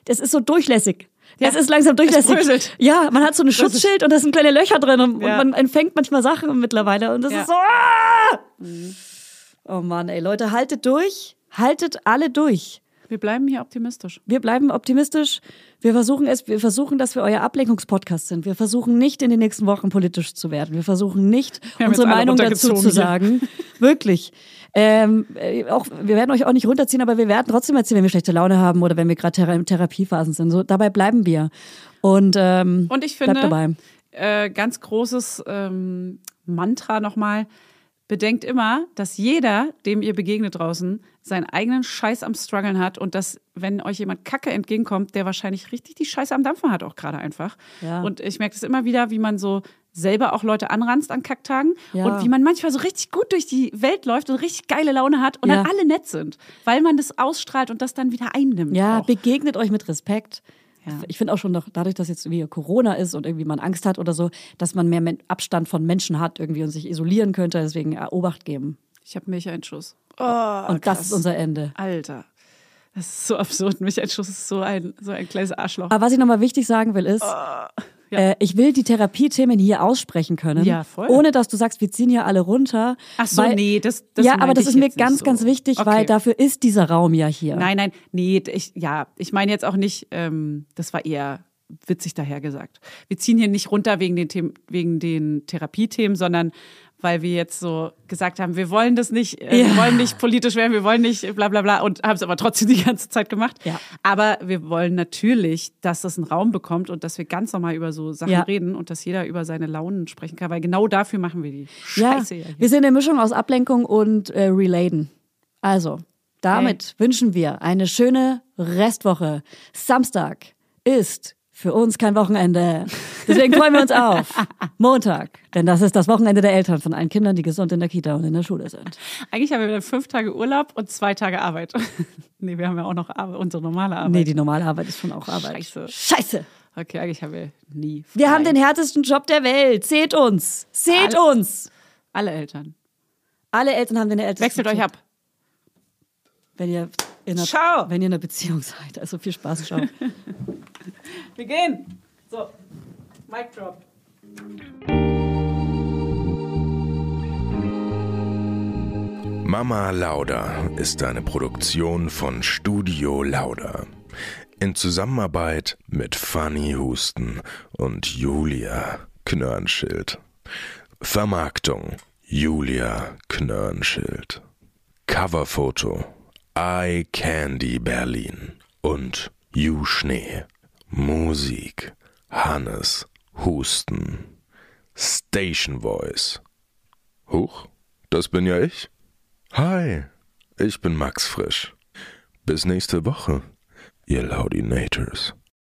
Speaker 2: Das ist so durchlässig.
Speaker 1: Ja.
Speaker 2: Das ist langsam durchlässig.
Speaker 1: Es bröselt.
Speaker 2: ja, man hat so ein Schutzschild und da sind kleine Löcher drin und,
Speaker 1: Ja.
Speaker 2: und man entfängt manchmal Sachen mittlerweile und das
Speaker 1: Ja.
Speaker 2: ist so. Ah! Oh Mann, ey, Leute, haltet durch. Haltet alle durch.
Speaker 1: Wir bleiben hier optimistisch.
Speaker 2: Wir bleiben optimistisch. Wir versuchen es, wir versuchen, dass wir euer Ablenkungspodcast sind. Wir versuchen nicht in den nächsten Wochen politisch zu werden. Wir versuchen nicht,
Speaker 1: Wir haben
Speaker 2: unsere
Speaker 1: jetzt alle
Speaker 2: Meinung dazu
Speaker 1: runtergezogen
Speaker 2: zu
Speaker 1: hier.
Speaker 2: sagen. Wirklich. Ähm, äh, auch, wir werden euch auch nicht runterziehen, aber wir werden trotzdem erzählen, wenn wir schlechte Laune haben oder wenn wir gerade Thera in Therapiephasen sind. So, dabei bleiben wir. Und, ähm,
Speaker 1: Und ich
Speaker 2: bleibt
Speaker 1: finde,
Speaker 2: dabei.
Speaker 1: äh, ganz großes ähm, Mantra nochmal. Bedenkt immer, dass jeder, dem ihr begegnet draußen, seinen eigenen Scheiß am Struggeln hat und dass, wenn euch jemand Kacke entgegenkommt, der wahrscheinlich richtig die Scheiße am Dampfen hat, auch gerade einfach.
Speaker 2: Ja.
Speaker 1: Und ich merke das immer wieder, wie man so selber auch Leute anranzt an Kacktagen
Speaker 2: Ja.
Speaker 1: und wie man manchmal so richtig gut durch die Welt läuft und richtig geile Laune hat und
Speaker 2: Ja.
Speaker 1: dann alle nett sind, weil man das ausstrahlt und das dann wieder einnimmt.
Speaker 2: Ja,
Speaker 1: auch.
Speaker 2: begegnet euch mit Respekt.
Speaker 1: Ja.
Speaker 2: Ich finde auch schon noch, dadurch, dass jetzt irgendwie Corona ist und irgendwie man Angst hat oder so, dass man mehr Men Abstand von Menschen hat irgendwie und sich isolieren könnte. Deswegen äh, Obacht geben.
Speaker 1: ich habe Milch einen Schuss. Ah,
Speaker 2: und das ist unser Ende.
Speaker 1: Alter. Das ist so absurd. Mich ein Schuss ist so ein, so ein kleines Arschloch.
Speaker 2: Aber was ich nochmal wichtig sagen will, ist,
Speaker 1: Ah,
Speaker 2: äh, ich will die Therapiethemen hier aussprechen können.
Speaker 1: Ja, voll.
Speaker 2: Ohne dass du sagst, wir ziehen hier alle runter.
Speaker 1: Ach so,
Speaker 2: weil-
Speaker 1: nee, das, das
Speaker 2: ja,
Speaker 1: meinte
Speaker 2: aber das
Speaker 1: ich
Speaker 2: ist mir
Speaker 1: jetzt nicht
Speaker 2: ganz,
Speaker 1: so.
Speaker 2: ganz wichtig,
Speaker 1: Okay.
Speaker 2: weil dafür ist dieser Raum ja hier.
Speaker 1: Nein, nein, nee, ich, ja, ich meine jetzt auch nicht, ähm, das war eher witzig dahergesagt. Wir ziehen hier nicht runter wegen den, Themen, wegen den Therapiethemen, sondern weil wir jetzt so gesagt haben, wir wollen das nicht, äh, wir
Speaker 2: Ja.
Speaker 1: wollen nicht politisch werden, wir wollen nicht bla bla bla und haben es aber trotzdem die ganze Zeit gemacht.
Speaker 2: Ja.
Speaker 1: Aber wir wollen natürlich, dass das einen Raum bekommt und dass wir ganz normal über so Sachen
Speaker 2: Ja.
Speaker 1: reden und dass jeder über seine Launen sprechen kann, weil genau dafür machen wir die Scheiße ja,
Speaker 2: ja,
Speaker 1: hier.
Speaker 2: wir sind eine Mischung aus Ablenkung und äh, Relaten. Also, damit wünschen wir eine schöne Restwoche. Samstag ist für uns kein Wochenende. Deswegen freuen wir uns auf Montag. Denn das ist das Wochenende der Eltern von allen Kindern, die gesund in der Kita und in der Schule sind.
Speaker 1: Eigentlich haben wir wieder fünf Tage Urlaub und zwei Tage Arbeit. nee, wir haben ja auch noch Arbeit, unsere normale Arbeit.
Speaker 2: Nee, die normale Arbeit ist schon auch Arbeit.
Speaker 1: Scheiße.
Speaker 2: Scheiße.
Speaker 1: Okay, eigentlich haben wir nie.
Speaker 2: Wir
Speaker 1: frei.
Speaker 2: haben den härtesten Job der Welt. Seht uns. Seht
Speaker 1: Alle-
Speaker 2: uns.
Speaker 1: Alle Eltern.
Speaker 2: Alle Eltern haben den ältesten
Speaker 1: Wechselt euch
Speaker 2: Job.
Speaker 1: ab.
Speaker 2: Wenn ihr in einer,
Speaker 1: Ciao.
Speaker 2: Wenn ihr in einer Beziehung seid. Also viel Spaß. Ciao.
Speaker 1: Wir gehen. So, Mic drop.
Speaker 3: Mama Lauda ist eine Produktion von Studio Lauda. In Zusammenarbeit mit Fanny Husten und Julia Knörnschild. Vermarktung Julia Knörnschild. Coverfoto Eye Candy Berlin und You Schnee. Musik Hannes Husten. Station Voice. Huch, das bin ja ich. Hi, ich bin Max Frisch. Bis nächste Woche, ihr Laudinators.